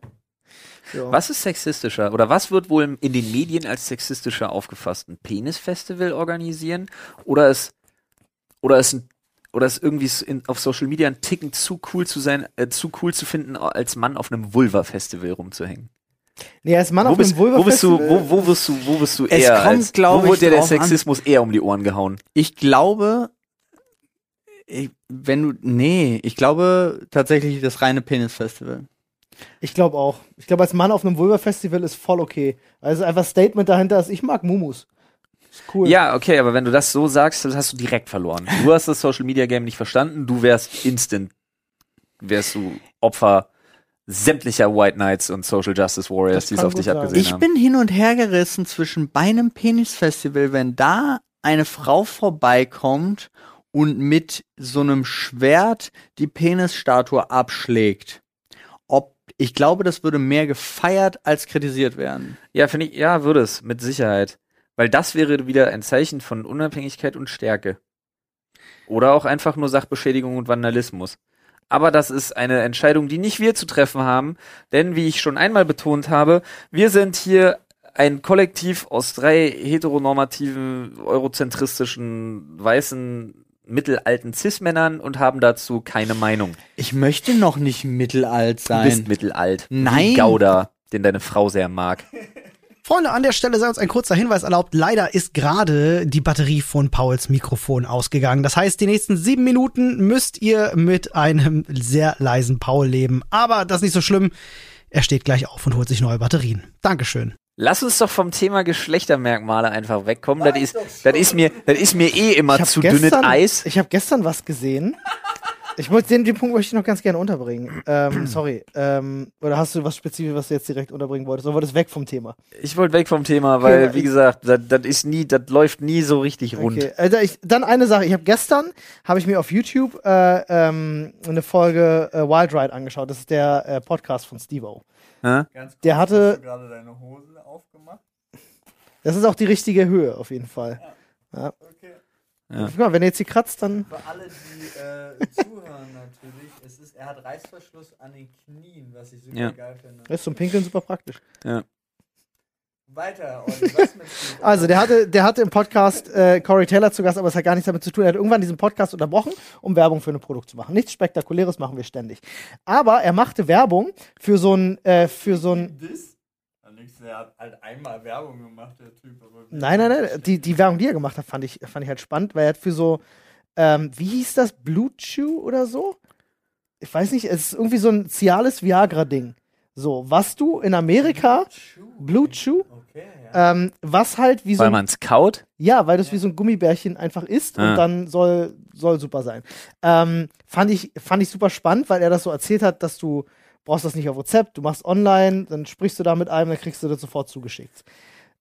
Speaker 1: Ja.
Speaker 2: Was ist sexistischer oder was wird wohl in den Medien als sexistischer aufgefasst? Ein Penisfestival organisieren oder es oder es ein oder es irgendwie s- in, auf Social Media ein Ticken zu cool zu sein, äh, zu cool zu finden, als Mann auf einem Vulva-Festival rumzuhängen.
Speaker 1: Nee, er ist Mann
Speaker 2: Wo
Speaker 1: auf
Speaker 2: bist,
Speaker 1: einem
Speaker 2: wo bist du,
Speaker 1: Vulva-Festival.
Speaker 2: wo, wo wirst du, wo wirst du
Speaker 3: Es
Speaker 2: eher?
Speaker 3: kommt,
Speaker 2: als,
Speaker 3: glaub
Speaker 2: wo
Speaker 3: ich,
Speaker 2: wird dir der
Speaker 3: drauf an.
Speaker 2: Sexismus eher um die Ohren gehauen?
Speaker 3: Ich glaube, ich, wenn du, nee, ich glaube tatsächlich das reine Penis-Festival.
Speaker 1: Ich glaube auch. Ich glaube, als Mann auf einem Vulva-Festival ist voll okay. Also einfach Statement dahinter ist, ich mag Mumus. Ist cool.
Speaker 2: Ja, okay, aber wenn du das so sagst, dann hast du direkt verloren. Du hast das Social Media Game nicht verstanden, du wärst instant, wärst du Opfer sämtlicher White Knights und Social Justice Warriors,
Speaker 1: Das
Speaker 2: die es
Speaker 1: kann
Speaker 2: auf
Speaker 1: gut
Speaker 2: dich
Speaker 1: sein.
Speaker 2: abgesehen
Speaker 3: Ich
Speaker 2: haben.
Speaker 3: bin hin und her gerissen zwischen bei einem Penis-Festival, wenn da eine Frau vorbeikommt und mit so einem Schwert die Penisstatue abschlägt. Ob, ich glaube, das würde mehr gefeiert als kritisiert werden.
Speaker 2: ja, finde ich, ja, würde es, mit Sicherheit. Weil das wäre wieder ein Zeichen von Unabhängigkeit und Stärke. Oder auch einfach nur Sachbeschädigung und Vandalismus. Aber das ist eine Entscheidung, die nicht wir zu treffen haben, denn wie ich schon einmal betont habe, wir sind hier ein Kollektiv aus drei heteronormativen, eurozentristischen, weißen, mittelalten Cis-Männern und haben dazu keine Meinung.
Speaker 3: Ich möchte noch nicht mittelalt
Speaker 2: Du
Speaker 3: sein.
Speaker 2: bist mittelalt.
Speaker 3: Nein.
Speaker 2: Wie Gauder, den deine Frau sehr mag.
Speaker 6: Freunde, an der Stelle sei uns ein kurzer Hinweis erlaubt. Leider ist gerade die Batterie von Pauls Mikrofon ausgegangen. Das heißt, die nächsten sieben Minuten müsst ihr mit einem sehr leisen Paul leben. Aber das ist nicht so schlimm. Er steht gleich auf und holt sich neue Batterien. Dankeschön.
Speaker 2: Lass uns doch vom Thema Geschlechtermerkmale einfach wegkommen. Das ist, das ist mir, das ist mir eh immer zu dünnes Eis.
Speaker 1: Ich habe gestern was gesehen. Ich wollte den, den Punkt möchte ich noch ganz gerne unterbringen.
Speaker 2: [clears throat]
Speaker 1: Ähm, sorry. Ähm, oder hast du was Spezifisches, was du jetzt direkt unterbringen wolltest? Oder wolltest du weg vom Thema?
Speaker 2: Ich wollte weg vom Thema, weil,
Speaker 1: Okay,
Speaker 2: wie gesagt, das, das ist nie, das läuft nie so richtig rund.
Speaker 1: Okay. Also ich, dann eine Sache. Ich habe gestern habe ich mir auf YouTube äh, ähm, eine Folge äh, Wild Ride angeschaut. Das ist der äh, Podcast von Stevo.
Speaker 2: Hä?
Speaker 1: Der hatte
Speaker 3: gerade deine Hose aufgemacht?
Speaker 1: Das ist auch die richtige Höhe, auf jeden Fall. Ja.
Speaker 2: Ja.
Speaker 1: Guck mal, wenn er jetzt hier kratzt, dann.
Speaker 3: Für alle, die äh, zuhören natürlich, es ist, er hat Reißverschluss an den Knien, was ich super
Speaker 2: Ja.
Speaker 3: geil finde.
Speaker 1: Das ist zum Pinkeln super praktisch.
Speaker 3: Weiter, Olli, was mit
Speaker 1: Also, der hatte, der hatte im Podcast äh, Corey Taylor zu Gast, aber es hat gar nichts damit zu tun. Er hat irgendwann diesen Podcast unterbrochen, um Werbung für ein Produkt zu machen. Nichts Spektakuläres machen wir ständig. Aber er machte Werbung für so ein, äh, für so ein.
Speaker 3: Diss? Der hat halt einmal Werbung gemacht, der Typ. Aber
Speaker 1: Nein, nein, nein. Die, die Werbung, die er gemacht hat, fand ich, fand ich halt spannend, weil er hat für so, ähm, wie hieß das, Blue Chew oder so? Ich weiß nicht, es ist irgendwie so ein ziales Viagra-Ding. So, was du in Amerika, Blue Chew, ähm, was halt wie so
Speaker 2: Weil
Speaker 1: ein
Speaker 2: man es kaut.
Speaker 1: Ja, weil das wie so ein Gummibärchen einfach ist
Speaker 2: Ah.
Speaker 1: und dann soll, soll super sein. Ähm, fand, ich, fand ich super spannend, weil er das so erzählt hat, dass du brauchst das nicht auf WhatsApp, du machst online, dann sprichst du da mit einem, dann kriegst du das sofort zugeschickt.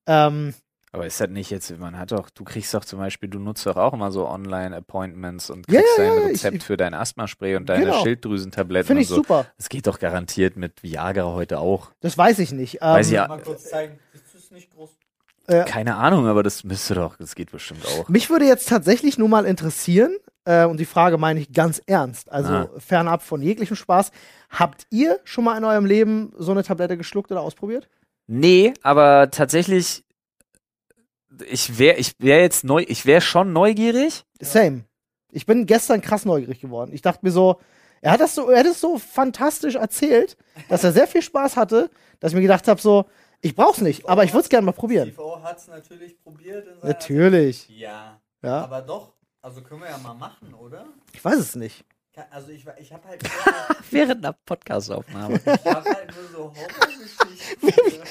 Speaker 1: Ähm,
Speaker 2: Aber ist das nicht jetzt, man hat doch, du kriegst doch zum Beispiel, du nutzt doch auch immer so Online-Appointments und
Speaker 1: Ja,
Speaker 2: kriegst
Speaker 1: ja,
Speaker 2: dein
Speaker 1: ja, ich-
Speaker 2: Rezept für dein Asthmaspray und deine
Speaker 1: Genau.
Speaker 2: Schilddrüsentabletten
Speaker 1: Finde ich
Speaker 2: und so.
Speaker 1: super.
Speaker 2: Das geht doch garantiert mit Viagra heute auch.
Speaker 1: Das weiß ich nicht. Ähm,
Speaker 2: Weiß ich ja,
Speaker 3: kurz zeigen, das ist nicht groß.
Speaker 2: keine Ahnung, aber das müsste doch, das geht bestimmt auch.
Speaker 1: Mich würde jetzt tatsächlich nur mal interessieren, äh, und die Frage meine ich ganz ernst, also
Speaker 2: Ah.
Speaker 1: fernab von jeglichem Spaß, habt ihr schon mal in eurem Leben so eine Tablette geschluckt oder ausprobiert?
Speaker 2: Nee, aber tatsächlich, ich wäre ich wär jetzt neu, ich wäre schon neugierig.
Speaker 1: Same. Ich bin gestern krass neugierig geworden. Ich dachte mir so, er hat das so, er hat es so fantastisch erzählt, dass er sehr viel Spaß hatte, dass ich mir gedacht habe so, ich brauch's nicht, aber ich würde es gerne mal probieren.
Speaker 3: TV hat es natürlich probiert. In seiner-
Speaker 1: Natürlich.
Speaker 3: Ja,
Speaker 1: Ja,
Speaker 3: aber doch. Also können wir ja mal machen, oder?
Speaker 1: ich weiß es nicht. [laughs]
Speaker 3: Ka- Also ich, wa- ich habe halt, nur so-
Speaker 2: Während einer Podcastaufnahme.
Speaker 3: ich hab halt nur so Horrorgeschichten.
Speaker 1: [laughs]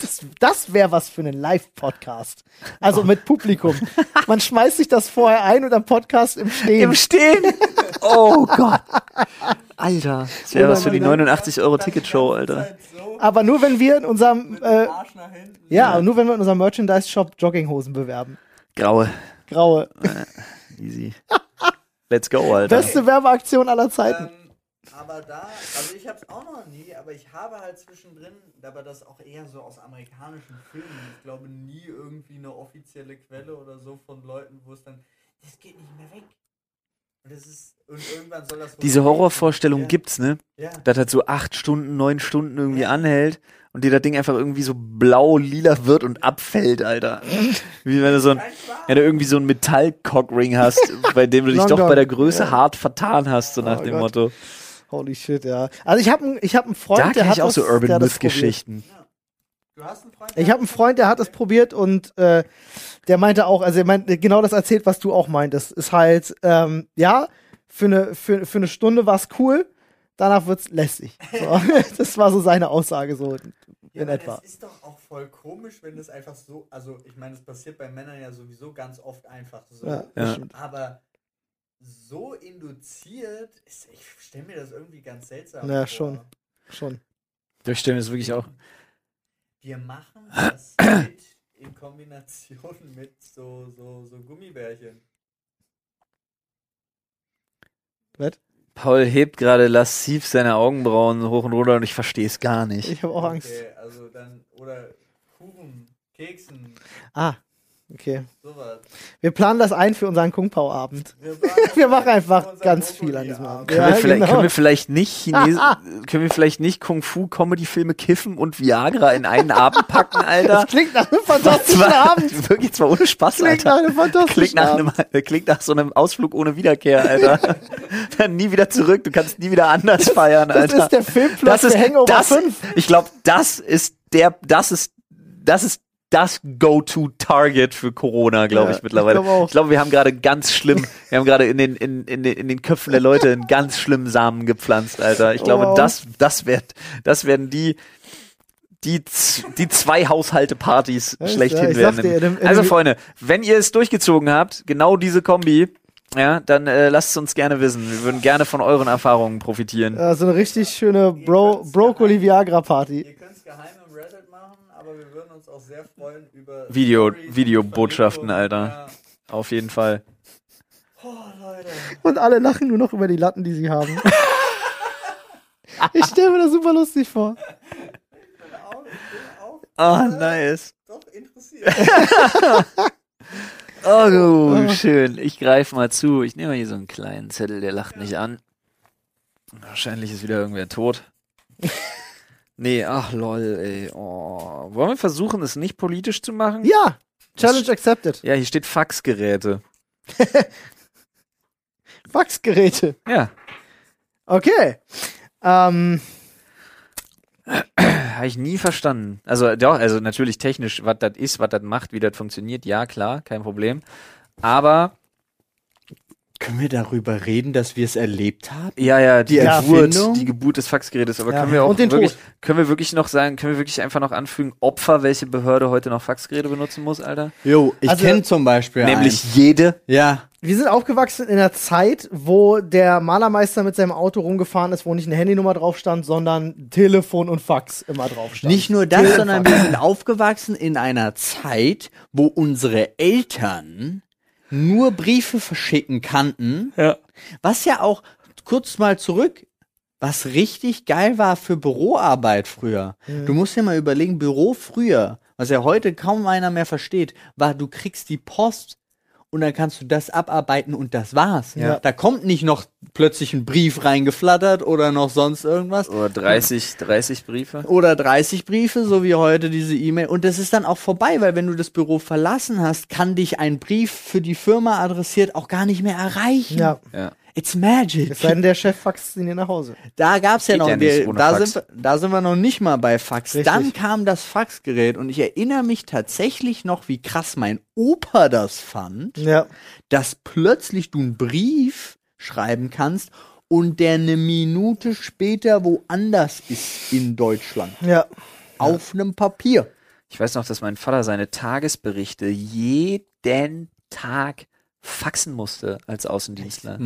Speaker 1: Das, das wäre was für einen Live-Podcast. Also mit Publikum. Man schmeißt sich das vorher ein und am Podcast im Stehen.
Speaker 2: Im Stehen? Oh Gott. Alter. Das wäre
Speaker 1: Oder
Speaker 2: was für die 89 Euro Ticketshow, Alter.
Speaker 3: Halt so
Speaker 1: aber nur wenn wir in unserem,
Speaker 3: mit
Speaker 1: äh,
Speaker 3: dem Arsch nach hinten.
Speaker 1: ja, aber nur wenn wir in unserem Merchandise-Shop Jogginghosen bewerben.
Speaker 2: Graue.
Speaker 1: Graue.
Speaker 2: [laughs] Easy. Let's go, Alter.
Speaker 1: Beste Werbeaktion aller Zeiten.
Speaker 3: Ähm, aber da, also ich hab's auch noch nie, aber ich habe halt zwischendrin, aber das auch eher so aus amerikanischen Filmen. Ich glaube nie irgendwie eine offizielle Quelle oder so von Leuten, wo es dann, das geht nicht mehr weg.
Speaker 2: Diese Horrorvorstellung gibt's, ne?
Speaker 3: Ja.
Speaker 2: Das halt so acht Stunden, neun Stunden irgendwie anhält und dir das Ding einfach irgendwie so blau-lila wird und abfällt, Alter. Wie wenn du so ein, wenn du irgendwie so einen Metall-Cockring [laughs] hast, bei dem du dich doch
Speaker 1: Long
Speaker 2: bei der
Speaker 1: gone.
Speaker 2: Größe hart vertan hast, so nach
Speaker 1: Oh
Speaker 2: dem
Speaker 1: Gott.
Speaker 2: Motto.
Speaker 1: Holy shit, ja. Also ich habe einen ich hab einen Freund,
Speaker 2: Da
Speaker 1: der
Speaker 2: kenne
Speaker 1: hat
Speaker 2: ich auch
Speaker 1: das,
Speaker 2: so
Speaker 1: der
Speaker 2: Urban
Speaker 1: hat das probiert.
Speaker 2: Myth-Geschichten.
Speaker 3: Du hast einen Freund?
Speaker 1: Ich habe einen Freund, der hat das probiert und äh, der meinte auch, also er meinte genau das erzählt, was du auch meintest. Ist halt, ähm, ja, für eine, für, für eine Stunde war's cool, danach wird's lästig. So. [laughs] das war so seine Aussage so in
Speaker 3: Ja, aber
Speaker 1: etwa.
Speaker 3: Das ist doch auch voll komisch, wenn das einfach so, also ich meine, es passiert bei Männern ja sowieso ganz oft einfach so.
Speaker 1: Ja, das
Speaker 2: Ja.
Speaker 1: stimmt.
Speaker 3: Aber so induziert, ist, ich stelle mir das irgendwie ganz seltsam
Speaker 1: Ja,
Speaker 3: vor.
Speaker 1: schon. Schon.
Speaker 2: Ich stelle mir das wirklich auch.
Speaker 3: Wir machen
Speaker 1: [clears throat]
Speaker 3: das mit in Kombination mit so, so, so Gummibärchen.
Speaker 2: Paul hebt gerade lassiv seine Augenbrauen hoch und runter und ich verstehe es gar nicht.
Speaker 1: Ich habe auch Oh, Angst.
Speaker 3: Okay, also dann, oder Kuchen, Keksen,
Speaker 1: Ah, okay.
Speaker 3: sowas.
Speaker 1: Wir planen das ein für unseren Kung Pao Abend. [laughs]
Speaker 3: Wir machen,
Speaker 1: Wir machen einfach
Speaker 3: Unser
Speaker 1: ganz viel an
Speaker 3: Brokkoli-Abend.
Speaker 1: diesem Abend.
Speaker 2: Können, wir vielleicht,
Speaker 1: genau.
Speaker 2: können wir vielleicht nicht
Speaker 1: [laughs]
Speaker 2: Chinesen, können wir vielleicht nicht Kung Fu Comedy Filme kiffen und Viagra in einen Abend packen, Alter?
Speaker 1: das klingt nach einem fantastischen Abend.
Speaker 2: [laughs] Wirklich zwar ohne Spaß,
Speaker 1: Klingt nach
Speaker 2: Alter.
Speaker 1: einem
Speaker 2: Klingt
Speaker 1: fantastischen
Speaker 2: nach,
Speaker 1: Abend.
Speaker 2: einem, äh, klingt nach so einem Ausflug ohne Wiederkehr,
Speaker 1: [laughs]
Speaker 2: Alter. [laughs] Dann nie wieder zurück, du kannst nie wieder anders feiern,
Speaker 1: Das
Speaker 2: Alter.
Speaker 1: ist der Filmplot für Hangover
Speaker 2: das,
Speaker 1: 5.
Speaker 2: Ich glaube, das ist der, das ist, das ist das Go-to-Target für Corona, glaube
Speaker 1: Ja,
Speaker 2: ich mittlerweile.
Speaker 1: ich
Speaker 2: Ich
Speaker 1: glaub auch.
Speaker 2: glaube, wir haben gerade ganz schlimm, wir haben gerade in den, in, in, den- in den Köpfen der Leute einen ganz schlimmen Samen gepflanzt, Alter. Ich glaube,
Speaker 1: Wow.
Speaker 2: das, das wird, das werden die, die, z- die zwei Haushalte-Partys
Speaker 1: Ja, ich- ja,
Speaker 2: schlechthin
Speaker 1: ich
Speaker 2: werden.
Speaker 1: sagte ja, in dem- in
Speaker 2: also,
Speaker 1: dem-
Speaker 2: Freunde, wenn ihr es durchgezogen habt, genau diese Kombi, ja, dann äh, lasst es uns gerne wissen. Wir würden gerne von euren Erfahrungen profitieren.
Speaker 1: Ja, so eine richtig schöne Bro Brokkoli-Viagra-Party.
Speaker 3: Ihr könnt es geheim im Reddit machen, aber wir würden uns auch sehr freuen über
Speaker 2: Video-
Speaker 3: Stories,
Speaker 2: Videobotschaften,
Speaker 3: Verlinkungen.
Speaker 2: Alter. Auf jeden Fall.
Speaker 1: Und alle lachen nur noch über die Latten, die sie haben. ich stelle mir das super lustig vor.
Speaker 3: Ja, auch, ich bin auch
Speaker 2: Ah, nice.
Speaker 3: doch
Speaker 2: [laughs]
Speaker 3: interessiert.
Speaker 2: Oh, du, schön. Ich greife mal zu. Ich nehme mal hier so einen kleinen Zettel, der lacht nicht an. Wahrscheinlich ist wieder irgendwer tot. [laughs] Nee, ach lol, ey. Oh. Wollen wir versuchen, es nicht politisch zu machen?
Speaker 1: Ja, Challenge accepted.
Speaker 2: Ja, hier steht Faxgeräte.
Speaker 1: Wachsgeräte.
Speaker 2: Ja,
Speaker 1: Okay. Ähm,
Speaker 2: habe ich nie verstanden. Also doch, also natürlich technisch, was das ist, was das macht, wie das funktioniert, ja klar, kein Problem. Aber
Speaker 3: Können wir darüber reden, dass wir es erlebt haben?
Speaker 2: Ja, ja, die,
Speaker 3: Die
Speaker 2: Geburt,
Speaker 3: Erfindung?
Speaker 2: die Geburt des Faxgerätes. Aber
Speaker 1: Ja.
Speaker 2: können wir auch
Speaker 1: Und den
Speaker 2: wirklich,
Speaker 1: Tod.
Speaker 2: können wir wirklich noch sagen, können wir wirklich einfach noch anfügen, Opfer, welche Behörde heute noch Faxgeräte benutzen muss, Alter?
Speaker 3: Jo, ich
Speaker 1: Also-
Speaker 3: kenne zum Beispiel
Speaker 2: Nämlich jede.
Speaker 3: einen. Ja,
Speaker 1: wir sind aufgewachsen in einer Zeit, wo der Malermeister mit seinem Auto rumgefahren ist, wo nicht eine Handynummer drauf stand, sondern Telefon und Fax immer drauf stand.
Speaker 3: Nicht nur das, sondern wir sind aufgewachsen in einer Zeit, wo unsere Eltern nur Briefe verschicken kannten.
Speaker 2: Ja.
Speaker 3: Was ja auch kurz mal zurück, was richtig geil war für Büroarbeit früher. Du musst dir mal überlegen, Büro früher, was ja heute kaum einer mehr versteht, war, du kriegst die Post und dann kannst du das abarbeiten und das war's.
Speaker 1: Ja.
Speaker 3: Da kommt nicht noch plötzlich ein Brief reingeflattert oder noch sonst irgendwas
Speaker 2: Oder 30, 30 Oh, Briefe.
Speaker 3: oder 30 Briefe, so wie heute diese E-Mail. Und das ist dann auch vorbei, weil wenn du das Büro verlassen hast, kann dich ein Brief für die Firma adressiert auch gar nicht mehr erreichen.
Speaker 1: Ja,
Speaker 2: Ja.
Speaker 3: It's magic.
Speaker 1: es sei denn, der Chef faxt ihn hier nach Hause.
Speaker 3: Da gab's ja
Speaker 2: Geht
Speaker 3: noch,
Speaker 2: ja
Speaker 3: wir,
Speaker 2: nicht ohne
Speaker 3: da,
Speaker 2: Fax.
Speaker 3: sind, wir- da sind wir noch nicht mal bei Fax.
Speaker 1: Richtig.
Speaker 3: Dann kam das Faxgerät und ich erinnere mich tatsächlich noch, wie krass mein Opa das fand
Speaker 1: Ja.
Speaker 3: dass plötzlich du einen Brief schreiben kannst und der eine Minute später woanders ist in Deutschland.
Speaker 1: Ja.
Speaker 3: Auf einem Papier.
Speaker 2: Ich weiß noch, dass mein Vater seine Tagesberichte Hm. jeden Tag faxen musste als Außendienstler.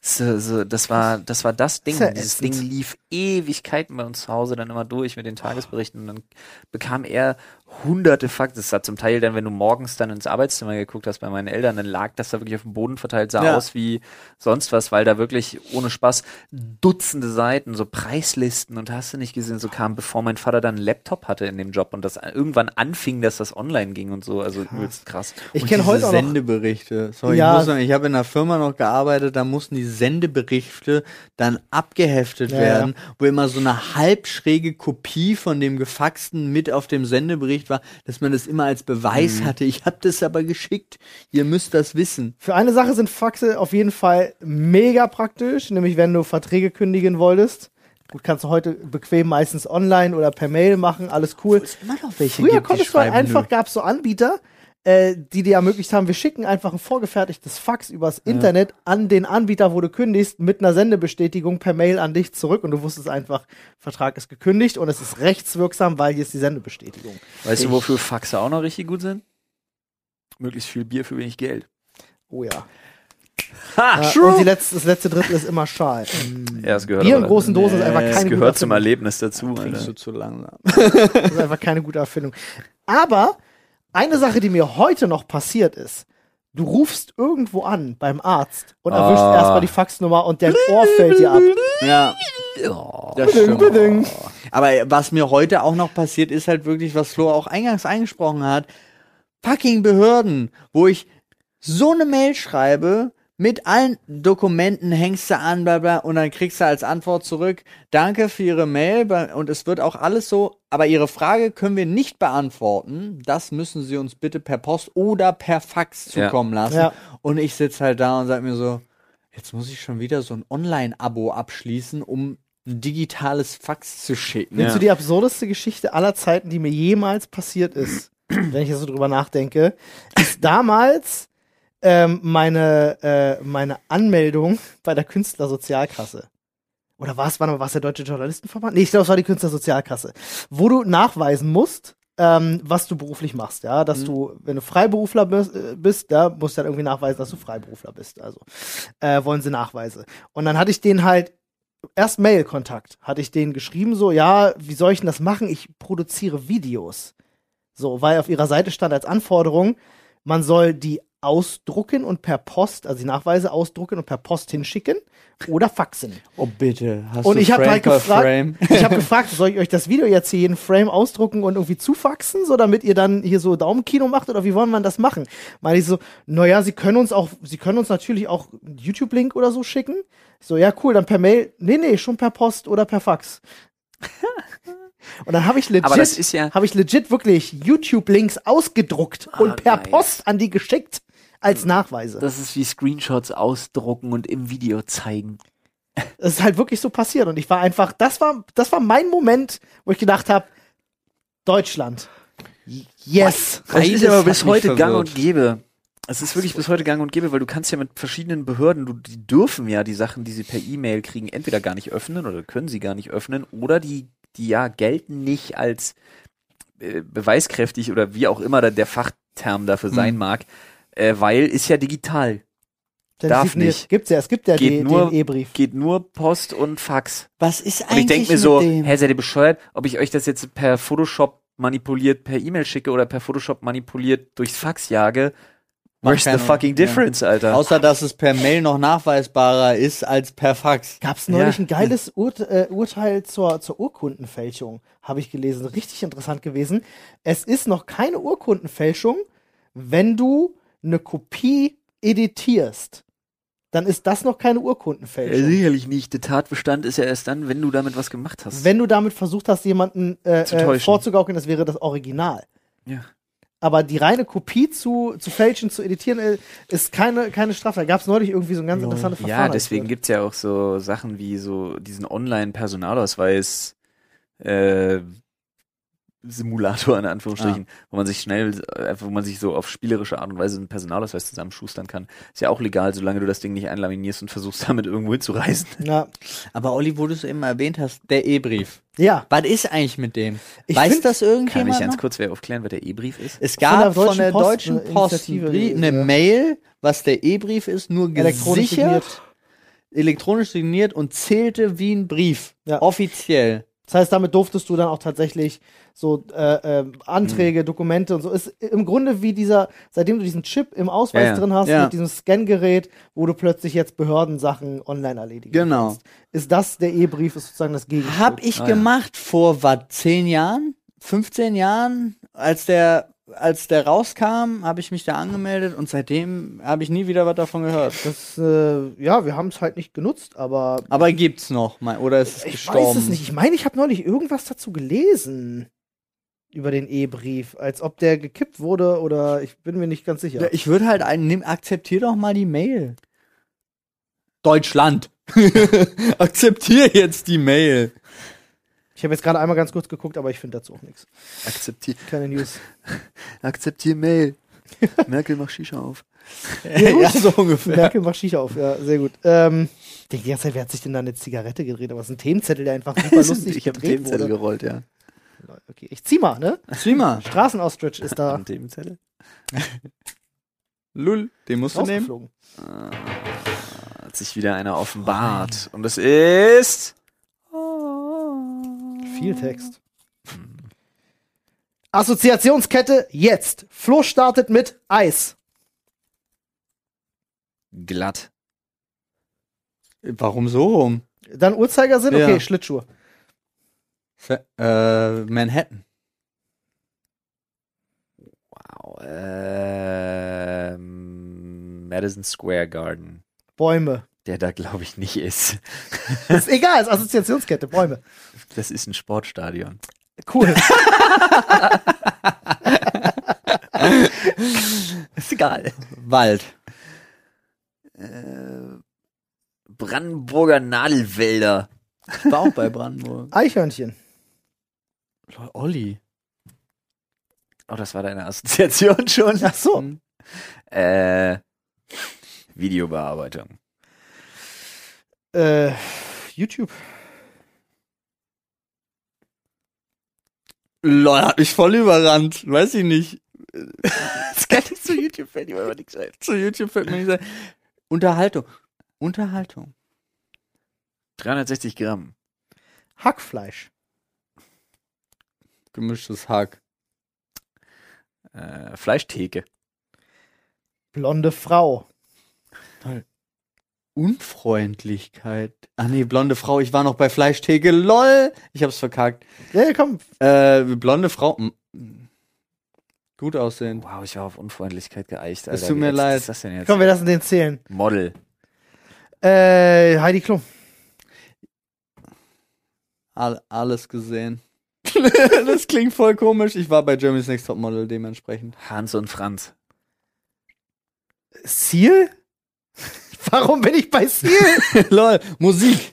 Speaker 2: So, so, das war das war das Ding.
Speaker 1: Ist ja
Speaker 2: Dieses Ding
Speaker 1: ätzend.
Speaker 2: lief Ewigkeiten bei uns zu Hause dann immer durch mit den Tagesberichten und dann bekam er hunderte Fakten. Das hat zum Teil dann, wenn du morgens dann ins Arbeitszimmer geguckt hast bei meinen Eltern, dann lag das da wirklich auf dem Boden verteilt, sah
Speaker 3: Ja.
Speaker 2: aus wie sonst was, weil da wirklich ohne Spaß Dutzende Seiten, so Preislisten und hast du nicht gesehen, so kam, bevor mein Vater dann einen Laptop hatte in dem Job und das äh, irgendwann anfing, dass das online ging und so. Also übelst krass.
Speaker 1: Ich
Speaker 3: Und
Speaker 1: kenne
Speaker 3: diese
Speaker 1: heute auch noch.
Speaker 3: Sendeberichte. Sorry,
Speaker 1: Ja.
Speaker 3: ich, muss sagen, ich habe in einer Firma noch gearbeitet, da mussten die Sendeberichte dann abgeheftet
Speaker 1: Ja,
Speaker 3: werden, wo immer so eine halbschräge Kopie von dem Gefaxten mit auf dem Sendebericht war, dass man das immer als Beweis hatte. Ich habe das aber geschickt. Ihr müsst das wissen.
Speaker 1: Für eine Sache sind Faxe auf jeden Fall mega praktisch, nämlich wenn du Verträge kündigen wolltest. Gut, kannst du heute bequem meistens online oder per Mail machen, alles cool.
Speaker 3: Es immer noch welche
Speaker 1: Früher
Speaker 3: gibt, die
Speaker 1: konntest du halt
Speaker 3: schreiben, nö.
Speaker 1: einfach, gab es so Anbieter, äh, die dir ermöglicht haben, wir schicken einfach ein vorgefertigtes Fax übers Internet an den Anbieter, wo du kündigst, mit einer Sendebestätigung per Mail an dich zurück und du wusstest einfach, Vertrag ist gekündigt und es ist rechtswirksam, weil hier ist die Sendebestätigung.
Speaker 2: Weißt du, wofür Faxe auch noch richtig gut sind? Möglichst viel Bier für wenig Geld.
Speaker 1: Oh ja.
Speaker 2: Ha!
Speaker 1: Äh, und die letzte, das letzte Drittel ist immer
Speaker 3: [laughs]
Speaker 1: Schal. Mm.
Speaker 2: Ja, es gehört
Speaker 1: Bier in
Speaker 2: aber-
Speaker 1: großen Dosen ist einfach
Speaker 2: es
Speaker 1: kein guter
Speaker 2: gehört zum
Speaker 1: Film.
Speaker 2: Erlebnis dazu.
Speaker 3: Trinkst du
Speaker 2: Alter.
Speaker 3: zu langsam.
Speaker 1: Das ist einfach keine gute Erfindung. Aber eine Sache, die mir heute noch passiert ist, du rufst irgendwo an beim Arzt und erwischst
Speaker 2: Ah.
Speaker 1: erstmal die Faxnummer und dein Ohr fällt dir ab.
Speaker 3: Ja. Das
Speaker 1: Beding,
Speaker 3: stimmt.
Speaker 1: beding.
Speaker 3: Aber was mir heute auch noch passiert, ist halt wirklich, was Flo auch eingangs angesprochen hat. Fucking Behörden, wo ich so eine Mail schreibe, mit allen Dokumenten hängst du an, bla bla, und dann kriegst du als Antwort zurück, danke für Ihre Mail, ba- und es wird auch alles so, aber Ihre Frage können wir nicht beantworten, das müssen Sie uns bitte per Post oder per Fax
Speaker 2: Ja.
Speaker 3: zukommen lassen.
Speaker 1: Ja.
Speaker 3: Und ich sitze halt da und sag mir so, jetzt muss ich schon wieder so ein Online-Abo abschließen, um ein digitales Fax zu schicken.
Speaker 1: Willst du die absurdeste Geschichte aller Zeiten, die mir jemals passiert ist, [clears throat] wenn ich jetzt so drüber nachdenke, ist damals ähm, meine, äh, meine Anmeldung bei der Künstlersozialkasse. Oder war es, war, war es der Deutsche Journalistenverband? Nee, ich glaube, es war die Künstlersozialkasse. Wo du nachweisen musst, ähm, was du beruflich machst, ja, dass du, wenn du Freiberufler bist, äh, bist, da musst du dann irgendwie nachweisen, dass du Freiberufler bist. Also äh, wollen sie Nachweise. Und dann hatte ich den halt erst Mail-Kontakt. Hatte ich denen geschrieben, so, ja, wie soll ich denn das machen? Ich produziere Videos. So, weil auf ihrer Seite stand als Anforderung, man soll die ausdrucken und per Post, also die Nachweise ausdrucken und per Post hinschicken oder faxen.
Speaker 3: Oh bitte, hast
Speaker 1: Und
Speaker 3: du
Speaker 1: ich habe
Speaker 3: Frame
Speaker 1: halt
Speaker 3: per
Speaker 1: gefragt,
Speaker 3: Frame?
Speaker 1: [laughs] ich
Speaker 3: [laughs]
Speaker 1: habe gefragt, soll ich euch das Video jetzt hier jeden Frame ausdrucken und irgendwie zufaxen, so damit ihr dann hier so Daumenkino macht oder wie wollen wir das machen? Meine ich so, naja, sie können uns auch, sie können uns natürlich auch einen YouTube-Link oder so schicken. Ich so, ja, cool, dann per Mail, nee, nee, schon per Post oder per Fax. und dann habe ich legit,
Speaker 2: Aber das ist ja-
Speaker 1: habe ich legit wirklich YouTube-Links ausgedruckt und per
Speaker 2: Ah, nice.
Speaker 1: Post an die geschickt als Nachweise.
Speaker 2: Das ist wie Screenshots ausdrucken und im Video zeigen.
Speaker 1: Es ist halt wirklich so passiert und ich war einfach, das war, das war mein Moment, wo ich gedacht habe, Deutschland. Yes.
Speaker 2: Das
Speaker 3: Beides
Speaker 2: ist aber
Speaker 3: hat
Speaker 2: bis
Speaker 3: mich
Speaker 2: heute gang
Speaker 3: verwirrt.
Speaker 2: und gäbe. Es ist wirklich bis heute gang und gäbe, weil du kannst ja mit verschiedenen Behörden, du, die dürfen ja die Sachen, die sie per E-Mail kriegen, entweder gar nicht öffnen oder können sie gar nicht öffnen oder die, die ja gelten nicht als äh, beweiskräftig oder wie auch immer da der Fachterm
Speaker 3: Mhm.
Speaker 2: dafür sein mag, äh, weil ist ja digital.
Speaker 1: Der
Speaker 2: darf
Speaker 1: definiert-
Speaker 2: nicht.
Speaker 1: Gibt's ja, es gibt ja
Speaker 2: Geht
Speaker 1: den
Speaker 2: nur-
Speaker 1: E-Brief.
Speaker 2: Geht nur Post und Fax.
Speaker 3: Was ist
Speaker 2: Und ich
Speaker 3: eigentlich
Speaker 2: denke mir so,
Speaker 3: mit dem?
Speaker 2: hä, seid ihr bescheuert, ob ich euch das jetzt per Photoshop manipuliert per E-Mail schicke oder per Photoshop manipuliert durchs Fax jage?
Speaker 3: Macht
Speaker 2: Where's the
Speaker 3: keinen-
Speaker 2: fucking
Speaker 3: ja.
Speaker 2: difference, Alter?
Speaker 3: Außer, dass es per Mail noch nachweisbarer ist als per Fax.
Speaker 1: Gab's neulich
Speaker 2: Ja.
Speaker 1: ein geiles Ur äh, Urteil zur, zur Urkundenfälschung, habe ich gelesen. Richtig interessant gewesen. Es ist noch keine Urkundenfälschung, wenn du eine Kopie editierst. Dann ist das noch keine
Speaker 2: Äh,
Speaker 1: Urkundenfälschung.
Speaker 2: sicherlich nicht. Der Tatbestand ist ja erst dann, wenn du damit was gemacht hast.
Speaker 1: Wenn du damit versucht hast, jemanden äh,
Speaker 2: Äh, Zu
Speaker 1: äh,
Speaker 2: täuschen.
Speaker 1: vorzugaukeln, das wäre das Original.
Speaker 2: Ja.
Speaker 1: Aber die reine Kopie zu, zu fälschen, zu editieren, äh, ist keine, keine Strafe. Da gab es neulich irgendwie so ein ganz interessantes Verfahren.
Speaker 2: ja, deswegen gibt's ja auch so Sachen wie so diesen Online-Personalausweis äh, Simulator in Anführungsstrichen, wo man sich schnell, äh, einfach, wo man sich so auf spielerische Art und Weise einen Personalausweis zusammenschustern kann. Ist ja auch legal, solange du das Ding nicht einlaminierst und versuchst [laughs] damit irgendwo hinzureisen.
Speaker 1: Ja,
Speaker 3: Aber Olli, wo du es eben erwähnt hast, der E-Brief.
Speaker 1: ja.
Speaker 3: Was ist eigentlich mit dem?
Speaker 1: Ich
Speaker 3: Weiß
Speaker 1: find-
Speaker 3: das
Speaker 2: Kann
Speaker 3: irgendjemand
Speaker 2: mich ganz
Speaker 3: noch?
Speaker 2: kurz wer aufklären, wer der E-Brief ist?
Speaker 3: Es gab
Speaker 1: Von der
Speaker 3: von der
Speaker 1: Deutschen
Speaker 3: Deutschen
Speaker 1: Post
Speaker 3: Post,
Speaker 1: eine
Speaker 3: eine,
Speaker 1: Initiative gewesen,
Speaker 3: eine
Speaker 1: ja.
Speaker 3: Mail, was der E-Brief ist, nur
Speaker 1: Elektronisch
Speaker 3: gesichert.
Speaker 1: signiert.
Speaker 3: elektronisch signiert und zählte wie ein Brief.
Speaker 1: Ja.
Speaker 3: Offiziell.
Speaker 1: Das heißt, damit durftest du dann auch tatsächlich so äh, ähm,
Speaker 2: Hm.
Speaker 1: Anträge, Dokumente und so. Ist im Grunde wie dieser, seitdem du diesen Chip im Ausweis
Speaker 2: Ja, ja.
Speaker 1: drin hast,
Speaker 3: Ja.
Speaker 1: mit diesem Scangerät, wo du plötzlich jetzt Behördensachen online erledigen
Speaker 3: Genau.
Speaker 1: kannst. Ist das der E-Brief, ist sozusagen das Gegenstück.
Speaker 3: Hab ich gemacht vor was, zehn Jahren, 15 Jahren, als der, als der rauskam, habe ich mich da angemeldet und seitdem habe ich nie wieder was davon gehört.
Speaker 1: das, äh, ja, wir haben es halt nicht genutzt, aber
Speaker 3: Aber gibt's noch mal oder ist es
Speaker 1: ich
Speaker 3: gestorben?
Speaker 1: weiß es nicht. Ich meine, ich habe neulich irgendwas dazu gelesen über den E-Brief, als ob der gekippt wurde oder ich bin mir nicht ganz sicher.
Speaker 3: Ja, ich würde halt einen nimm, akzeptier doch mal die Mail. Deutschland. [laughs] akzeptier jetzt die Mail.
Speaker 1: Ich habe jetzt gerade einmal ganz kurz geguckt, aber ich finde dazu auch nichts.
Speaker 2: Akzeptier,
Speaker 1: Keine
Speaker 3: [laughs]
Speaker 1: News.
Speaker 2: akzeptier [laughs] Mail. Merkel macht Shisha [laughs] auf.
Speaker 3: ja, so ungefähr.
Speaker 1: Merkel macht Shisha auf, ja, sehr gut. Ähm, ich denke die ganze Zeit, wer hat sich denn da eine Zigarette gedreht? Aber es ist ein Themenzettel, der einfach
Speaker 3: [laughs]
Speaker 1: super lustig
Speaker 2: ich habe
Speaker 1: gedreht
Speaker 2: Themenzettel
Speaker 1: wurde.
Speaker 2: gerollt, ja.
Speaker 1: Okay, ich zieh mal, ne?
Speaker 3: Zieh mal.
Speaker 1: Straßenostrich ist da
Speaker 3: [laughs]
Speaker 2: Ein [laughs] Themenzettel?
Speaker 3: Lull, den musst du nehmen.
Speaker 1: rausgeflogen.
Speaker 2: Äh, Hat sich wieder einer offenbart. Und es ist.
Speaker 1: Viel Text. Assoziationskette jetzt. Flo startet mit Eis.
Speaker 2: Glatt.
Speaker 3: Warum so rum?
Speaker 1: Dann Uhrzeigersinn?
Speaker 3: Ja.
Speaker 1: Okay, Schlittschuhe.
Speaker 3: Fe- Äh, Manhattan.
Speaker 2: Wow. Ähm, Madison Square Garden.
Speaker 1: Bäume.
Speaker 2: Der da, glaube ich, nicht ist.
Speaker 1: Ist egal, ist Assoziationskette, Bäume.
Speaker 2: Das ist ein Sportstadion.
Speaker 3: [laughs]
Speaker 1: Cool.
Speaker 2: Ist egal.
Speaker 3: Wald.
Speaker 2: Brandenburger Nadelwälder.
Speaker 3: War auch bei Brandenburg.
Speaker 1: Eichhörnchen.
Speaker 3: Olli.
Speaker 2: Oh, das war deine Assoziation [laughs] schon. Hm.
Speaker 1: Ach so.
Speaker 2: Äh, Videobearbeitung.
Speaker 1: Äh, YouTube.
Speaker 3: Lol, hat mich voll überrannt. Weiß ich nicht.
Speaker 2: [laughs] Das kann ich zu YouTube fällt mir aber nichts ein.
Speaker 3: Zu YouTube fällt mir nicht ein. Unterhaltung. Unterhaltung.
Speaker 2: 360 Gramm.
Speaker 1: Hackfleisch.
Speaker 3: Gemischtes Hack.
Speaker 2: Äh, Fleischtheke.
Speaker 1: Blonde Frau.
Speaker 3: Unfreundlichkeit. Ah nee, blonde Frau, ich war noch bei Fleischtheke. Lol. Ich hab's verkackt.
Speaker 1: Ja, ja, komm.
Speaker 3: Äh, blonde Frau. m- m- Gut aussehend.
Speaker 2: Wow, ich war auf Unfreundlichkeit geeicht. Alter.
Speaker 3: tut mir
Speaker 2: Wie ätzend
Speaker 3: leid.
Speaker 2: Ist das denn jetzt?
Speaker 1: Komm, wir lassen den zählen.
Speaker 2: Model.
Speaker 1: Äh, Heidi Klum.
Speaker 3: All, alles gesehen. [laughs] das klingt voll komisch. Ich war bei Germany's Next Topmodel dementsprechend. [laughs]
Speaker 2: Hans und Franz.
Speaker 1: Seal? [laughs] Warum bin ich bei Seal?
Speaker 3: Lol, Musik.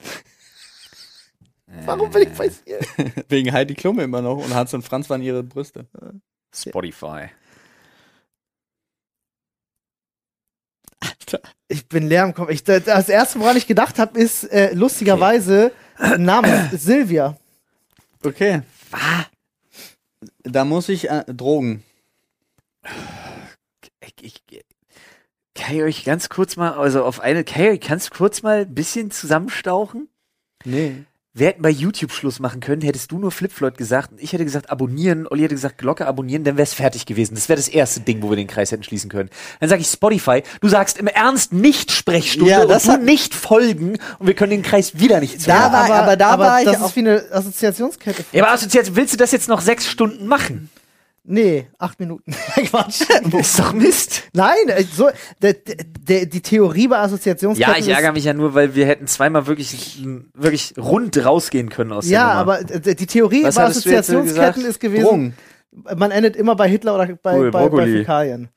Speaker 1: Warum bin ich
Speaker 2: Äh,
Speaker 1: bei Seal?
Speaker 3: Wegen Heidi Klum immer noch und Hans und Franz waren ihre Brüste.
Speaker 2: Spotify.
Speaker 1: Ich bin leer im Kopf. Ich, das- das erste, woran ich gedacht habe, ist äh, lustigerweise
Speaker 3: [coughs]
Speaker 1: Name Silvia.
Speaker 3: Okay. Da muss ich äh, Drogen.
Speaker 2: Ich, ich, kann ich euch ganz kurz mal, also auf eine, kann ich, kannst du kurz mal ein bisschen zusammenstauchen?
Speaker 3: Nee.
Speaker 2: Wir hätten bei YouTube Schluss machen können, hättest du nur Flipfloyd gesagt und ich hätte gesagt abonnieren, Olli hätte gesagt Glocke abonnieren, dann wär's fertig gewesen. Das wäre das erste Ding, wo wir den Kreis hätten schließen können. Dann sage ich Spotify, du sagst im Ernst nicht Sprechstunde
Speaker 3: Ja, das
Speaker 2: und
Speaker 3: hat-
Speaker 2: du nicht folgen und wir können den Kreis wieder nicht
Speaker 3: Da
Speaker 2: zumachen.
Speaker 3: war- aber da war ich
Speaker 1: das
Speaker 3: auch-
Speaker 1: ist wie eine Assoziationskette.
Speaker 2: Ja, aber hast du jetzt, willst du das jetzt noch sechs Stunden machen?
Speaker 1: Nee, acht Minuten. [laughs] Quatsch.
Speaker 2: ist doch Mist.
Speaker 1: Nein, äh, so, der, der, der, die Theorie bei Assoziationsketten
Speaker 2: Ja, ich ärgere mich ja nur, weil wir hätten zweimal wirklich, wirklich rund rausgehen können aus
Speaker 1: ist, Ja,
Speaker 2: der Nummer.
Speaker 1: aber äh, die Theorie
Speaker 2: Was
Speaker 1: bei
Speaker 2: hattest du jetzt
Speaker 1: Assoziationsketten
Speaker 2: gesagt?
Speaker 1: ist gewesen,
Speaker 3: Drogen.
Speaker 1: man endet immer bei Hitler oder bei,
Speaker 2: Cool,
Speaker 1: bei, bei
Speaker 2: Brokkoli.
Speaker 1: Fäkalien.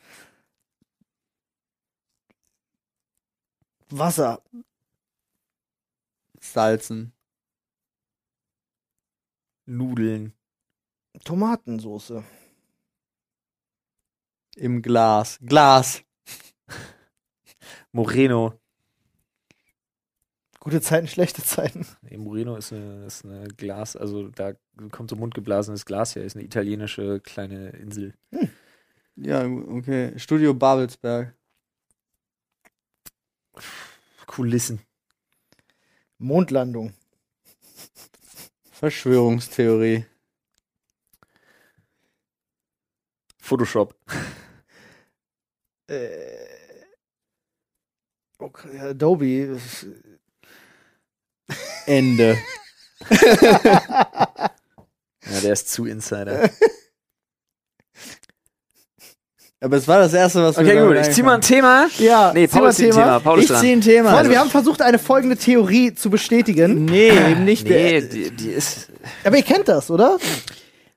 Speaker 1: Wasser.
Speaker 3: Salzen.
Speaker 2: Nudeln.
Speaker 1: Tomatensoße.
Speaker 3: Im Glas. Glas.
Speaker 2: Moreno.
Speaker 1: Gute Zeiten, schlechte Zeiten.
Speaker 2: Nee, Moreno ist eine, ist eine Glas, also da kommt so mundgeblasenes Glas her, ist eine italienische kleine Insel.
Speaker 3: Ja, okay. Studio Babelsberg.
Speaker 2: Kulissen.
Speaker 1: Mondlandung.
Speaker 3: Verschwörungstheorie.
Speaker 2: Photoshop.
Speaker 1: Äh, okay, Adobe. ist-
Speaker 3: Ende.
Speaker 2: Ja, der ist zu [laughs] Insider.
Speaker 3: Aber es war das Erste, was
Speaker 2: Okay,
Speaker 3: mir
Speaker 2: gut.
Speaker 3: dabei
Speaker 2: Ich zieh mal ein
Speaker 3: eingefallen
Speaker 2: Thema.
Speaker 1: Ja,
Speaker 2: Nee, Paul ist ein Thema. Paul
Speaker 3: ist.
Speaker 2: ist
Speaker 3: Ich
Speaker 2: dran.
Speaker 3: zieh ein Thema.
Speaker 1: Freunde, wir haben versucht, eine folgende Theorie zu bestätigen.
Speaker 3: nee, eben nicht.
Speaker 2: Nee,
Speaker 3: der-
Speaker 2: die, die ist.
Speaker 1: Aber ihr kennt das, oder?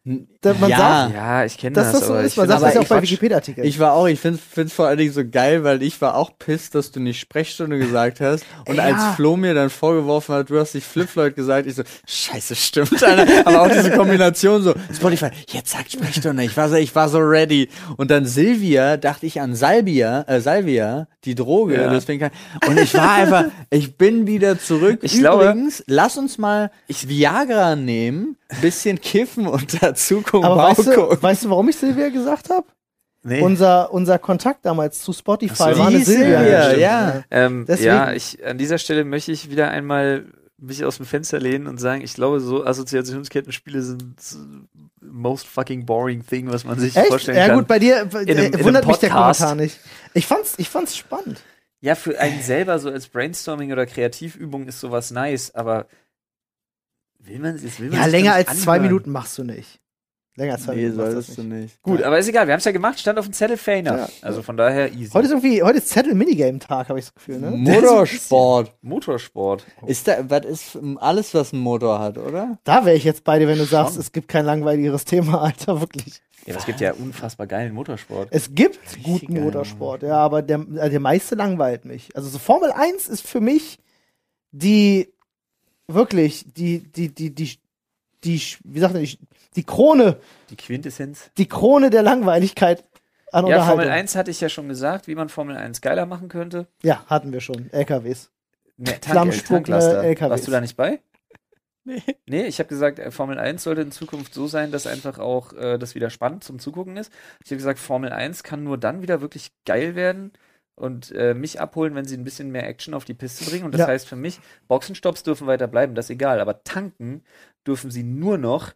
Speaker 1: Dass man
Speaker 3: ja,
Speaker 1: sagt,
Speaker 2: Ja, ich kenne
Speaker 1: dass Ah. das
Speaker 2: das.
Speaker 1: so
Speaker 2: aber
Speaker 1: ist.
Speaker 2: ich
Speaker 1: Man
Speaker 2: find
Speaker 1: sagt das ja auch
Speaker 2: aber
Speaker 1: bei
Speaker 2: Quatsch.
Speaker 1: Wikipedia-Artikeln.
Speaker 3: ich war auch, ich find's, find's vor allen Dingen so geil, weil ich war auch pisst, dass du nicht Sprechstunde gesagt hast. Und als Flo mir dann vorgeworfen hat, du hast dich Flip Floyd gesagt, ich so, scheiße, stimmt, Alter. Aber auch diese Kombination so, Spotify, jetzt sagt Sprechstunde, ich war so, ich war so ready. Und dann Silvia, dachte ich an Salvia, äh, Salvia, die Droge, deswegen kann, und ich war einfach, ich bin wieder zurück.
Speaker 2: Ich glaube-
Speaker 3: Übrigens, lass uns mal Viagra nehmen, bisschen kiffen und dazu gucken,
Speaker 1: Aber weißt
Speaker 3: gucken.
Speaker 1: du, weißt du, warum ich Silvia gesagt habe?
Speaker 2: Nee.
Speaker 1: Unser, unser Kontakt damals zu Spotify
Speaker 2: Ach so.
Speaker 1: war eine
Speaker 3: Die
Speaker 1: Silvia.
Speaker 3: Silvia,
Speaker 1: Stimmt.
Speaker 3: ja.
Speaker 2: Ähm,
Speaker 1: Deswegen-
Speaker 2: ja, ich, an dieser Stelle möchte ich wieder einmal mich aus dem Fenster lehnen und sagen, ich glaube, so Assoziationsketten-Spiele sind s- most fucking boring thing, was man sich
Speaker 1: Echt?
Speaker 2: vorstellen
Speaker 1: Ja
Speaker 2: kann.
Speaker 1: gut, bei dir äh,
Speaker 2: In einem- in
Speaker 1: wundert
Speaker 2: einem
Speaker 1: mich der
Speaker 2: Podcast.
Speaker 1: Kommentar nicht. Ich fand's, ich fand's spannend.
Speaker 2: Ja, für einen selber so als Brainstorming oder Kreativübung ist sowas nice, aber will man es will man
Speaker 1: Ja,
Speaker 2: sich
Speaker 1: länger
Speaker 2: doch nicht
Speaker 1: als zwei
Speaker 2: anhören.
Speaker 1: Minuten machst du nicht. Länger als zwei
Speaker 3: Nee,
Speaker 1: Minuten machst du das
Speaker 3: solltest
Speaker 1: nicht.
Speaker 3: du nicht.
Speaker 2: Gut, aber ist egal, wir haben es ja gemacht, stand auf dem Zettel, fair enough.
Speaker 1: Ja.
Speaker 2: Also von daher easy.
Speaker 1: Heute ist irgendwie, heute ist Zettel-Minigame-Tag, habe ich das Gefühl, ne?
Speaker 3: Motorsport.
Speaker 2: Motorsport.
Speaker 3: [laughs] Ist da, was ist ähm, alles, was einen Motor hat, oder?
Speaker 1: Da wäre ich jetzt bei dir, wenn du sagst, es gibt kein langweiligeres Thema, [laughs] Alter, wirklich.
Speaker 2: Ja, es gibt ja unfassbar geilen Motorsport.
Speaker 1: Es gibt guten Motorsport, ja, aber der, äh, der meiste langweilt mich. Also so Formel 1 ist für mich die, wirklich, die, die, die, die, die, wie sagt man, die, die Krone,
Speaker 2: Die Quintessenz.
Speaker 1: die Krone der Langweiligkeit an
Speaker 2: Ja,
Speaker 1: Unterhaltung.
Speaker 2: Formel 1 hatte ich ja schon gesagt, wie man Formel 1 geiler machen könnte.
Speaker 1: Ja, hatten wir schon. LKWs.
Speaker 2: Ne, Tank,
Speaker 1: Flammenspuckende
Speaker 2: Tanklaster.
Speaker 1: LKWs.
Speaker 2: Warst du da nicht bei? Nee. Nee, ich habe gesagt, äh, Formel 1 sollte in Zukunft so sein, dass einfach auch äh, das wieder spannend zum Zugucken ist. Ich habe gesagt, Formel 1 kann nur dann wieder wirklich geil werden und äh, mich abholen, wenn sie ein bisschen mehr Action auf die Piste bringen. Und das
Speaker 1: Ja.
Speaker 2: heißt für mich, Boxenstopps dürfen weiter bleiben, das ist egal. Aber tanken dürfen sie nur noch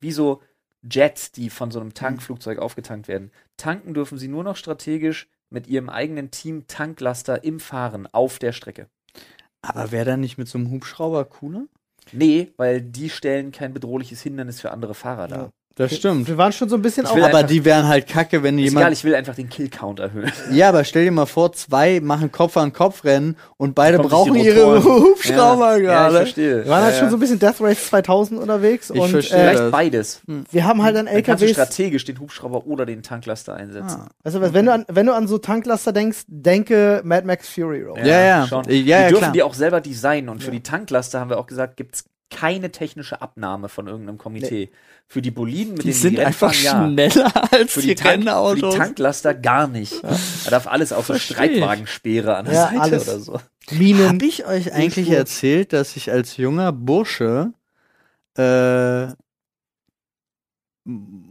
Speaker 2: wie so Jets, die von so einem Tankflugzeug aufgetankt werden. Tanken dürfen sie nur noch strategisch mit ihrem eigenen Team Tanklaster im Fahren auf der Strecke.
Speaker 3: Aber wäre da nicht mit so einem Hubschrauber cooler?
Speaker 2: Nee, weil die stellen kein bedrohliches Hindernis für andere Fahrer dar.
Speaker 1: Ja.
Speaker 3: Das stimmt.
Speaker 1: Wir waren schon so ein bisschen
Speaker 2: Ich
Speaker 1: auf.
Speaker 2: will
Speaker 3: Aber
Speaker 2: einfach-
Speaker 3: die wären halt kacke, wenn
Speaker 2: Ist egal,
Speaker 3: jemand.
Speaker 2: ich will einfach den Kill-Count erhöhen.
Speaker 3: Ja, aber stell dir mal vor, zwei machen Kopf an Kopf rennen und beide
Speaker 2: Kommt
Speaker 3: brauchen
Speaker 2: nicht die
Speaker 3: ihre
Speaker 2: Motoren.
Speaker 3: [laughs] Hubschrauber
Speaker 2: ja, ich
Speaker 3: gerade.
Speaker 2: verstehe.
Speaker 1: Wir waren halt
Speaker 3: Ja,
Speaker 1: schon
Speaker 3: ja.
Speaker 1: so ein bisschen Death Race 2000 unterwegs
Speaker 3: Ich
Speaker 1: und
Speaker 3: verstehe.
Speaker 1: äh,
Speaker 2: Vielleicht
Speaker 3: das-
Speaker 2: beides.
Speaker 1: wir haben halt an
Speaker 2: Dann kannst du
Speaker 1: LKWs.
Speaker 2: strategisch den Hubschrauber oder den Tanklaster einsetzen.
Speaker 3: Ah.
Speaker 1: Also wenn du an wenn du an so Tanklaster denkst, denke Mad Max Fury Road.
Speaker 3: Ja, ja.
Speaker 2: Schon.
Speaker 3: Ja,
Speaker 2: Die
Speaker 3: ja,
Speaker 2: dürfen
Speaker 3: klar.
Speaker 2: die auch selber designen. Und für die Tanklaster haben wir auch gesagt, gibt es keine technische Abnahme von irgendeinem Komitee. Für die Boliden, mit
Speaker 3: Die
Speaker 2: denen
Speaker 3: sind
Speaker 2: Rennen
Speaker 3: einfach
Speaker 2: fahren, ja.
Speaker 3: schneller als
Speaker 2: Für
Speaker 3: die,
Speaker 2: die, Tank, für die
Speaker 3: Rennautos.
Speaker 2: Tanklaster gar nicht. Da darf alles auf so
Speaker 3: Verstehe ich.
Speaker 2: Streitwagensperre an der
Speaker 1: Ja,
Speaker 2: Seite
Speaker 1: alles.
Speaker 2: oder so.
Speaker 1: Minen.
Speaker 3: Hab ich euch eigentlich
Speaker 1: Spur.
Speaker 3: erzählt, dass ich als junger Bursche äh, M-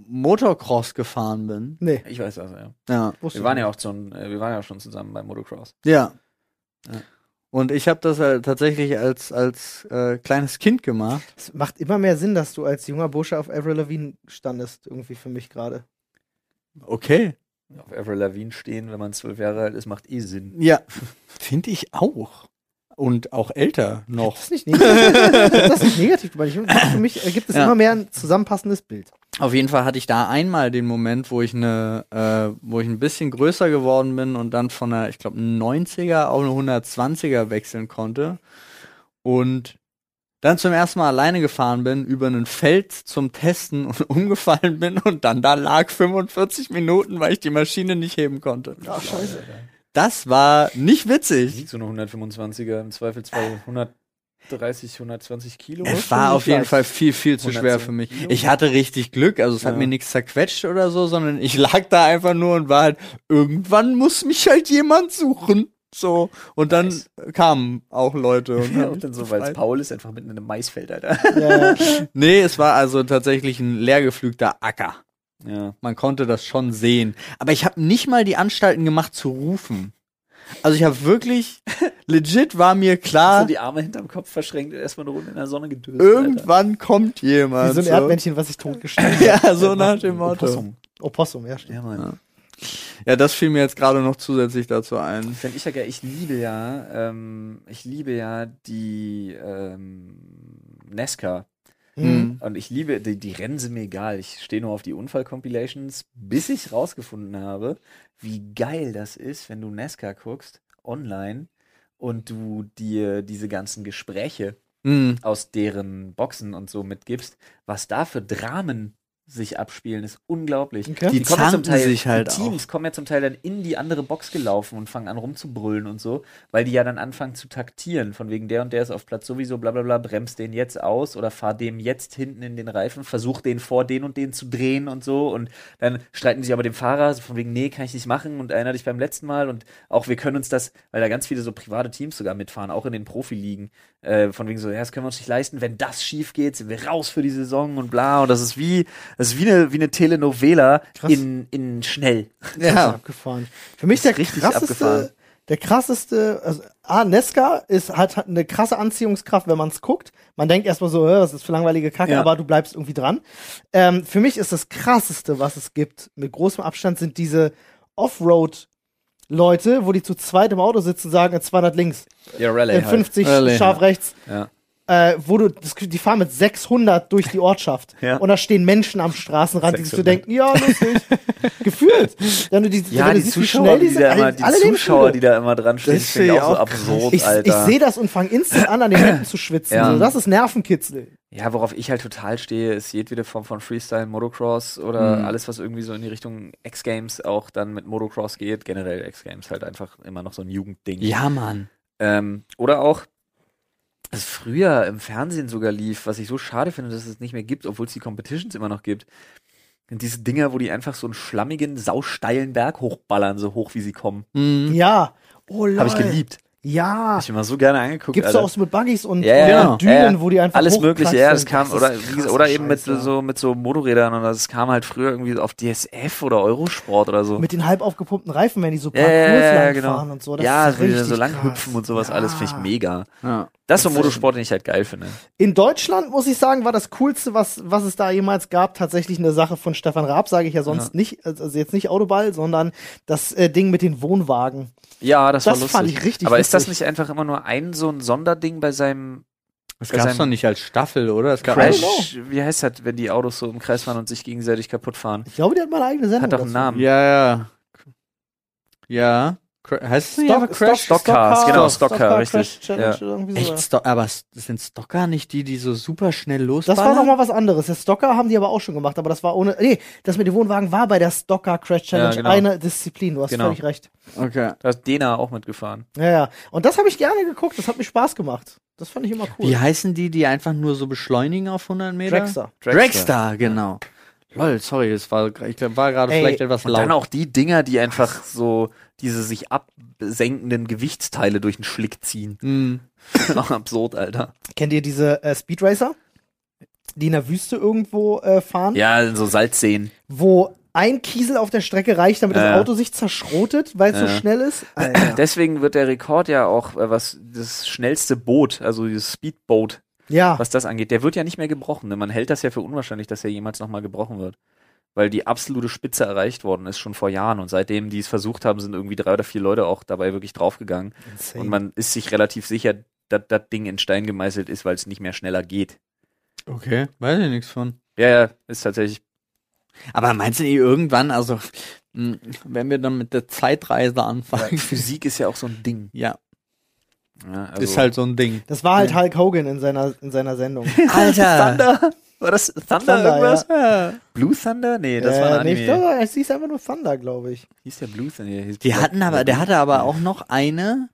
Speaker 3: Motocross gefahren bin?
Speaker 1: Nee,
Speaker 2: Ich weiß das, ja.
Speaker 3: Ja.
Speaker 2: Wir waren ja auch schon, äh, wir waren ja schon zusammen beim Motocross.
Speaker 3: Ja.
Speaker 2: Ja.
Speaker 3: Und ich habe das äh, tatsächlich als, als äh, kleines Kind gemacht.
Speaker 1: Es macht immer mehr Sinn, dass du als junger Bursche auf Avril Lavigne standest, irgendwie für mich gerade.
Speaker 3: Okay.
Speaker 2: Auf Avril Lavigne stehen, wenn man zwölf Jahre alt ist, macht eh Sinn.
Speaker 3: Ja. [laughs] Finde ich auch. Und auch älter noch.
Speaker 1: Das ist nicht negativ. das ist nicht negativ gemeint. Ich- Für mich ergibt es
Speaker 3: Ja.
Speaker 1: immer mehr ein zusammenpassendes Bild.
Speaker 3: Auf jeden Fall hatte ich da einmal den Moment, wo ich eine, äh, wo ich ein bisschen größer geworden bin und dann von einer, ich glaube, 90er auf eine 120er wechseln konnte und dann zum ersten Mal alleine gefahren bin über einen Feld zum Testen und [laughs] umgefallen bin und dann da lag 45 Minuten, weil ich die Maschine nicht heben konnte.
Speaker 1: Ach, scheiße.
Speaker 3: Das war nicht witzig.
Speaker 2: Wiegt so eine 125er im Zweifelsfall 130, 120 Kilo.
Speaker 3: Äh. Es war auf jeden
Speaker 1: leicht.
Speaker 3: Fall viel, viel zu schwer
Speaker 2: 110
Speaker 3: für mich.
Speaker 2: Kilo.
Speaker 3: Ich hatte richtig Glück, also es hat
Speaker 2: Ja.
Speaker 3: mir nichts zerquetscht oder so, sondern ich lag da einfach nur und war halt, irgendwann muss mich halt jemand suchen. So. Und dann
Speaker 2: Nice.
Speaker 3: kamen auch
Speaker 2: [laughs]
Speaker 3: Leute. Und
Speaker 2: [laughs] Ja,
Speaker 3: haben
Speaker 2: und
Speaker 3: mich
Speaker 2: dann so, weil es
Speaker 3: befreit.
Speaker 2: Paul ist, einfach mitten in einem Maisfeld, Alter.
Speaker 1: Ja, ja.
Speaker 3: nee, es war also tatsächlich ein leergepflügter Acker.
Speaker 2: Ja.
Speaker 3: Man konnte das schon sehen. Aber ich habe nicht mal die Anstalten gemacht zu rufen. Also ich habe
Speaker 2: [laughs]
Speaker 3: wirklich, legit war mir
Speaker 2: [laughs]
Speaker 3: klar,
Speaker 2: So die Arme hinterm Kopf verschränkt und erstmal eine Runde in der Sonne gedöst.
Speaker 3: irgendwann kommt jemand.
Speaker 1: Wie so ein Erdmännchen, was sich totgestellt [laughs] hat.
Speaker 3: Ja, so nach
Speaker 1: ne?
Speaker 3: dem Motto.
Speaker 2: Possum.
Speaker 1: Opossum, ja, stimmt.
Speaker 2: Ja, Mann.
Speaker 3: Ja, das fiel mir jetzt gerade noch zusätzlich dazu ein.
Speaker 2: Fänd ich ja geil. Ich liebe ja, ähm, ich liebe ja die ähm, NASCAR.
Speaker 1: Mhm.
Speaker 2: Und ich liebe, die, die Rennen sind mir egal. Ich stehe nur auf die Unfall-Compilations, bis ich rausgefunden habe, wie geil das ist, wenn du NASCAR guckst, online, und du dir diese ganzen Gespräche
Speaker 3: Mhm.
Speaker 2: aus deren Boxen und so mitgibst, was da für Dramen sich abspielen, ist unglaublich.
Speaker 1: Okay.
Speaker 3: Die
Speaker 2: kommen ja
Speaker 3: zanken sich halt
Speaker 2: die Teams kommen ja zum Teil dann in die andere Box gelaufen und fangen an rumzubrüllen und so, weil die ja dann anfangen zu taktieren, von wegen der und der ist auf Platz sowieso, bla bla bla, bremst den jetzt aus oder fahr dem jetzt hinten in den Reifen, versuch den vor den und den zu drehen und so und dann streiten sich aber dem Fahrer, so von wegen, nee, kann ich nicht machen und erinner dich beim letzten Mal und auch wir können uns das, weil da ganz viele so private Teams sogar mitfahren, auch in den Profiligen, äh, von wegen so, ja, das können wir uns nicht leisten, wenn das schief geht, sind wir raus für die Saison und bla und das ist wie, das ist wie eine, wie eine Telenovela
Speaker 1: Krass.
Speaker 2: in, in schnell.
Speaker 1: ja.
Speaker 3: Ja.
Speaker 1: abgefahren. Für mich der
Speaker 2: richtig
Speaker 1: krasseste,
Speaker 2: abgefahren.
Speaker 1: der krasseste, also ah, Nesca ist hat, hat eine krasse Anziehungskraft, wenn man es guckt. Man denkt erstmal so, "Hä, was ist für langweilige Kacke,
Speaker 2: Ja.
Speaker 1: aber du bleibst irgendwie dran. Ähm, für mich ist das krasseste, was es gibt, mit großem Abstand, sind diese Offroad- Leute, wo die zu zweit im Auto sitzen, sagen äh, 200 links,
Speaker 2: Ja, Rallye halt.
Speaker 1: äh, 50
Speaker 3: Rallye,
Speaker 1: scharf rechts,
Speaker 2: Ja.
Speaker 1: äh, wo du, das, die fahren mit 600 durch die Ortschaft
Speaker 2: Ja.
Speaker 1: und da stehen Menschen am Straßenrand, die sich so
Speaker 2: 600.
Speaker 1: denken, ja,
Speaker 2: [laughs]
Speaker 1: lustig, gefühlt. Wenn du die,
Speaker 2: Ja,
Speaker 1: wenn du
Speaker 2: die
Speaker 1: siehst, wie
Speaker 2: Zuschauer,
Speaker 1: schnell
Speaker 2: die, da
Speaker 1: alle-
Speaker 2: immer, die
Speaker 1: alle leben
Speaker 2: Zuschauer,
Speaker 1: schnell.
Speaker 2: die da immer dran stehen,
Speaker 3: Das
Speaker 2: das finde ich
Speaker 3: finde ich
Speaker 2: auch so
Speaker 3: auch krass.
Speaker 2: absurd,
Speaker 1: ich, ich
Speaker 2: Alter.
Speaker 1: sehe das und fange instant an,
Speaker 2: [laughs]
Speaker 1: an den Händen zu schwitzen.
Speaker 2: Ja.
Speaker 1: So, das ist Nervenkitzel.
Speaker 2: ja, worauf ich halt total stehe, ist jedwede Form von Freestyle, Motocross oder
Speaker 3: Mhm.
Speaker 2: alles, was irgendwie so in die Richtung X-Games auch dann mit Motocross geht. Generell X-Games halt einfach immer noch so ein Jugendding.
Speaker 3: Ja, Mann.
Speaker 2: Ähm, oder auch, was früher im Fernsehen sogar lief, was ich so schade finde, dass es nicht mehr gibt, obwohl es die Competitions immer noch gibt. sind diese Dinger, wo die einfach so einen schlammigen, sausteilen Berg hochballern, so hoch wie sie kommen.
Speaker 3: Mhm.
Speaker 1: Ja. Oh, lol.
Speaker 2: Habe Hm. ich geliebt.
Speaker 1: Ja.
Speaker 2: Hab ich immer so gerne angeguckt.
Speaker 1: Gibt's da
Speaker 2: Alter.
Speaker 1: auch so mit Buggies und,
Speaker 2: Ja, ja,
Speaker 1: und
Speaker 2: ja,
Speaker 1: Dünen,
Speaker 2: ja.
Speaker 1: wo die einfach
Speaker 2: alles
Speaker 1: hochplatzeln.
Speaker 2: mögliche, ja, das kam,
Speaker 1: ist
Speaker 2: oder,
Speaker 1: krass,
Speaker 2: wie gesagt, oder
Speaker 1: ein
Speaker 2: eben mit
Speaker 1: Scheiß, ja.
Speaker 2: so, mit so Motorrädern und das kam halt früher irgendwie auf DSF oder Eurosport oder so.
Speaker 1: Mit den halb aufgepumpten Reifen, wenn die so
Speaker 2: ja,
Speaker 1: Parcours
Speaker 2: ja, ja, ja,
Speaker 1: lang
Speaker 2: genau.
Speaker 1: fahren und so. Das
Speaker 2: ja,
Speaker 1: ist
Speaker 2: wenn die dann
Speaker 1: richtig
Speaker 2: so lang
Speaker 1: krass.
Speaker 2: hüpfen und sowas
Speaker 1: ja.
Speaker 2: alles finde ich mega.
Speaker 3: Ja.
Speaker 2: Das ist so ein Motorsport, den ich halt geil finde.
Speaker 1: In Deutschland, muss ich sagen, war das Coolste, was, was es da jemals gab, tatsächlich eine Sache von Stefan Raab, sage ich ja sonst nicht, also jetzt nicht Autoball, sondern das äh, Ding mit den Wohnwagen.
Speaker 2: Ja, das, war
Speaker 1: Das
Speaker 2: lustig.
Speaker 1: fand ich richtig
Speaker 2: Aber ist das
Speaker 1: witzig.
Speaker 2: nicht einfach immer nur ein so ein Sonderding bei seinem
Speaker 3: Das
Speaker 2: Bei
Speaker 3: gab's
Speaker 2: seinem
Speaker 3: doch nicht als Staffel, oder? Das gab
Speaker 1: Crash.
Speaker 2: Crash? Wie heißt das, wenn die Autos so im Kreis fahren und sich gegenseitig kaputt fahren?
Speaker 1: Ich glaube, der hat mal eine eigene Sendung.
Speaker 2: Hat doch einen
Speaker 1: dazu.
Speaker 2: Namen.
Speaker 3: Ja, ja. Ja. Cra- Heißt es nicht
Speaker 1: Stock,
Speaker 3: einfach Crash?
Speaker 1: Stock,
Speaker 2: Stockcars, genau, Stockcar,
Speaker 1: Crash
Speaker 2: richtig.
Speaker 1: Challenge
Speaker 2: Ja.
Speaker 1: oder irgendwie so.
Speaker 3: Echt Stock, aber s- sind Stocker nicht die, die so super schnell
Speaker 1: Das
Speaker 3: losballern?
Speaker 1: war nochmal was anderes. Das Stocker haben die aber auch schon gemacht, aber das war ohne. Nee, das mit dem Wohnwagen war bei der Stocker Crash Challenge
Speaker 2: Ja, genau.
Speaker 1: eine Disziplin. Du hast
Speaker 2: Genau.
Speaker 1: völlig recht.
Speaker 3: Okay.
Speaker 2: Da ist Dena auch mitgefahren.
Speaker 1: Ja, ja. Und das habe ich gerne geguckt. Das hat mir Spaß gemacht. Das fand ich immer cool.
Speaker 3: Wie heißen die, die einfach nur so beschleunigen auf 100 Meter?
Speaker 1: Dragster.
Speaker 3: Dragster, genau. Lol, sorry, das war, ich glaub, war gerade
Speaker 1: Ey,
Speaker 3: vielleicht etwas
Speaker 2: Und dann
Speaker 3: laut.
Speaker 2: auch die Dinger, die einfach so diese sich absenkenden Gewichtsteile durch den Schlick ziehen. [laughs]
Speaker 3: Mhm.
Speaker 2: Noch absurd, Alter.
Speaker 1: Kennt ihr diese äh, Speedracer? Die in der Wüste irgendwo äh, fahren,
Speaker 2: Ja, in so Salzseen.
Speaker 1: wo ein Kiesel auf der Strecke reicht, damit
Speaker 2: Ja.
Speaker 1: das Auto sich zerschrotet, weil es so
Speaker 2: Ja.
Speaker 1: schnell ist. Alter.
Speaker 2: Deswegen wird Äh. der Rekord ja auch, äh, was das schnellste Boot, also dieses Speedboat,
Speaker 1: ja.
Speaker 2: was das angeht, der wird ja nicht mehr gebrochen. Ne? Man hält das ja für unwahrscheinlich, dass er jemals nochmal gebrochen wird. Weil die absolute Spitze erreicht worden ist, schon vor Jahren. Und seitdem die es versucht haben, sind irgendwie drei oder vier Leute auch dabei wirklich draufgegangen.
Speaker 1: Insane.
Speaker 2: Und man ist sich relativ sicher, dass das Ding in Stein gemeißelt ist, weil es nicht mehr schneller geht.
Speaker 3: Okay, weiß ich nichts von.
Speaker 2: Ja, ja, ist tatsächlich.
Speaker 3: Aber meinst du nicht irgendwann, also, mh, wenn wir dann mit der Zeitreise anfangen?
Speaker 2: Physik ist ja auch so ein Ding.
Speaker 3: Ja,
Speaker 2: Ja, also
Speaker 3: ist halt so ein [laughs] Ding.
Speaker 1: das war halt Hulk Hogan in seiner, in seiner
Speaker 2: [laughs]
Speaker 1: Sendung.
Speaker 3: Alter!
Speaker 2: Thunder? War das Thunder,
Speaker 1: Thunder,
Speaker 2: irgendwas?
Speaker 3: Ja.
Speaker 2: Blue Thunder? Nee, das
Speaker 1: äh,
Speaker 2: war ein
Speaker 1: nee,
Speaker 2: Anime.
Speaker 1: ich glaube, es hieß einfach nur Thunder, glaube ich.
Speaker 2: hieß der Blue Thunder. Nee, hieß
Speaker 3: Die
Speaker 2: Black-
Speaker 3: hatten aber, der hatte aber auch noch eine,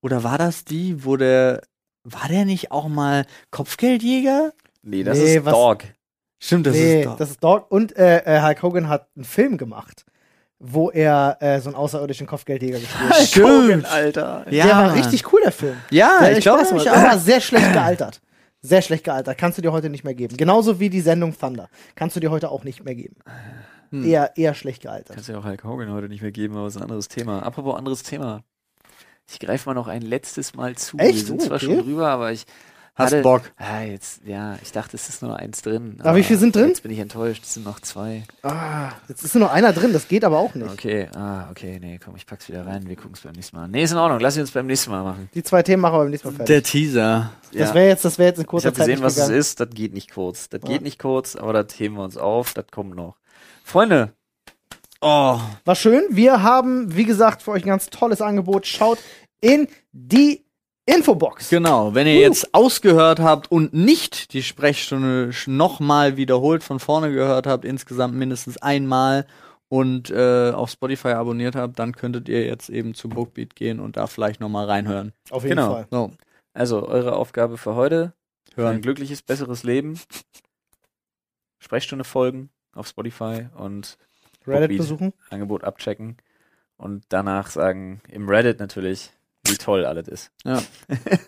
Speaker 3: oder war das die, wo der, war der nicht auch mal Kopfgeldjäger?
Speaker 2: Nee, das
Speaker 1: Nee,
Speaker 2: ist
Speaker 1: was-
Speaker 2: Dog.
Speaker 3: Stimmt, das
Speaker 1: nee,
Speaker 3: ist doch.
Speaker 1: das ist Dog. Und äh, äh, Hulk Hogan hat einen Film gemacht, wo er äh, so einen außerirdischen Kopfgeldjäger gespielt
Speaker 2: [laughs]
Speaker 1: hat.
Speaker 3: Stimmt.
Speaker 2: Alter.
Speaker 3: ja,
Speaker 1: Der war
Speaker 3: Mann.
Speaker 1: richtig cool, der Film.
Speaker 3: Ja,
Speaker 1: Der-
Speaker 3: ich glaube,
Speaker 1: weiß nicht,
Speaker 3: [coughs]
Speaker 1: aber sehr schlecht gealtert. Sehr schlecht gealtert. Kannst du dir heute nicht mehr geben. Genauso wie die Sendung Thunder. Kannst du dir heute auch nicht mehr geben. Eher, eher schlecht gealtert.
Speaker 2: Kannst du ja auch Hulk Hogan heute nicht mehr geben, aber ist ein anderes Thema. Apropos anderes Thema. Ich greife mal noch ein letztes Mal zu. Wir
Speaker 1: Echt?
Speaker 2: sind
Speaker 1: Oh,
Speaker 2: zwar
Speaker 1: okay.
Speaker 2: schon drüber, aber ich
Speaker 3: Hast
Speaker 2: hatte,
Speaker 3: Bock.
Speaker 2: Ah, jetzt, ja, ich dachte, es ist nur noch eins drin.
Speaker 1: Aber wie viel sind drin?
Speaker 2: Jetzt bin ich enttäuscht, es sind noch zwei.
Speaker 1: Ah, jetzt ist nur noch einer drin, das geht aber auch nicht.
Speaker 2: Okay, ah, okay, nee, komm, ich pack's wieder rein, wir gucken's beim nächsten Mal. Nee, ist in Ordnung, lass uns beim nächsten Mal machen.
Speaker 1: Die zwei Themen machen wir beim nächsten Mal fertig.
Speaker 3: Der Teaser.
Speaker 1: Das wäre jetzt, das wäre jetzt in
Speaker 2: Ich
Speaker 1: kurzer
Speaker 2: habe
Speaker 1: Zeit
Speaker 2: gesehen,
Speaker 1: nicht
Speaker 2: was es
Speaker 1: gegangen.
Speaker 2: ist, das geht nicht kurz. Das geht nicht kurz, aber das heben wir uns auf, das kommt noch. Freunde,
Speaker 3: Oh,
Speaker 1: War schön. Wir haben, wie gesagt, für euch ein ganz tolles Angebot. Schaut in die Infobox.
Speaker 3: genau. Wenn ihr jetzt ausgehört habt und nicht die Sprechstunde nochmal wiederholt von vorne gehört habt, insgesamt mindestens einmal und äh, auf Spotify abonniert habt, dann könntet ihr jetzt eben zu Bookbeat gehen und da vielleicht nochmal reinhören.
Speaker 1: Auf jeden
Speaker 2: Genau.
Speaker 1: Fall.
Speaker 3: So,
Speaker 2: also eure Aufgabe für heute, für ein
Speaker 3: hören.
Speaker 2: glückliches, besseres Leben. Sprechstunde folgen auf Spotify und
Speaker 1: Reddit
Speaker 2: Bookbeat.
Speaker 1: besuchen.
Speaker 2: Angebot abchecken und danach sagen, im Reddit natürlich, wie toll alles ist.
Speaker 3: Ja.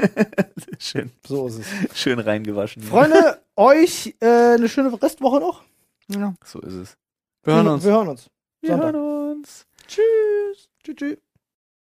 Speaker 2: [laughs] schön,
Speaker 1: So ist es.
Speaker 2: schön reingewaschen.
Speaker 1: Freunde, euch äh, eine schöne Restwoche noch.
Speaker 2: So ist es.
Speaker 3: Wir hören uns.
Speaker 1: Wir hören uns.
Speaker 2: Wir
Speaker 1: Sonntag.
Speaker 2: hören uns.
Speaker 1: Tschüss. Tschüss.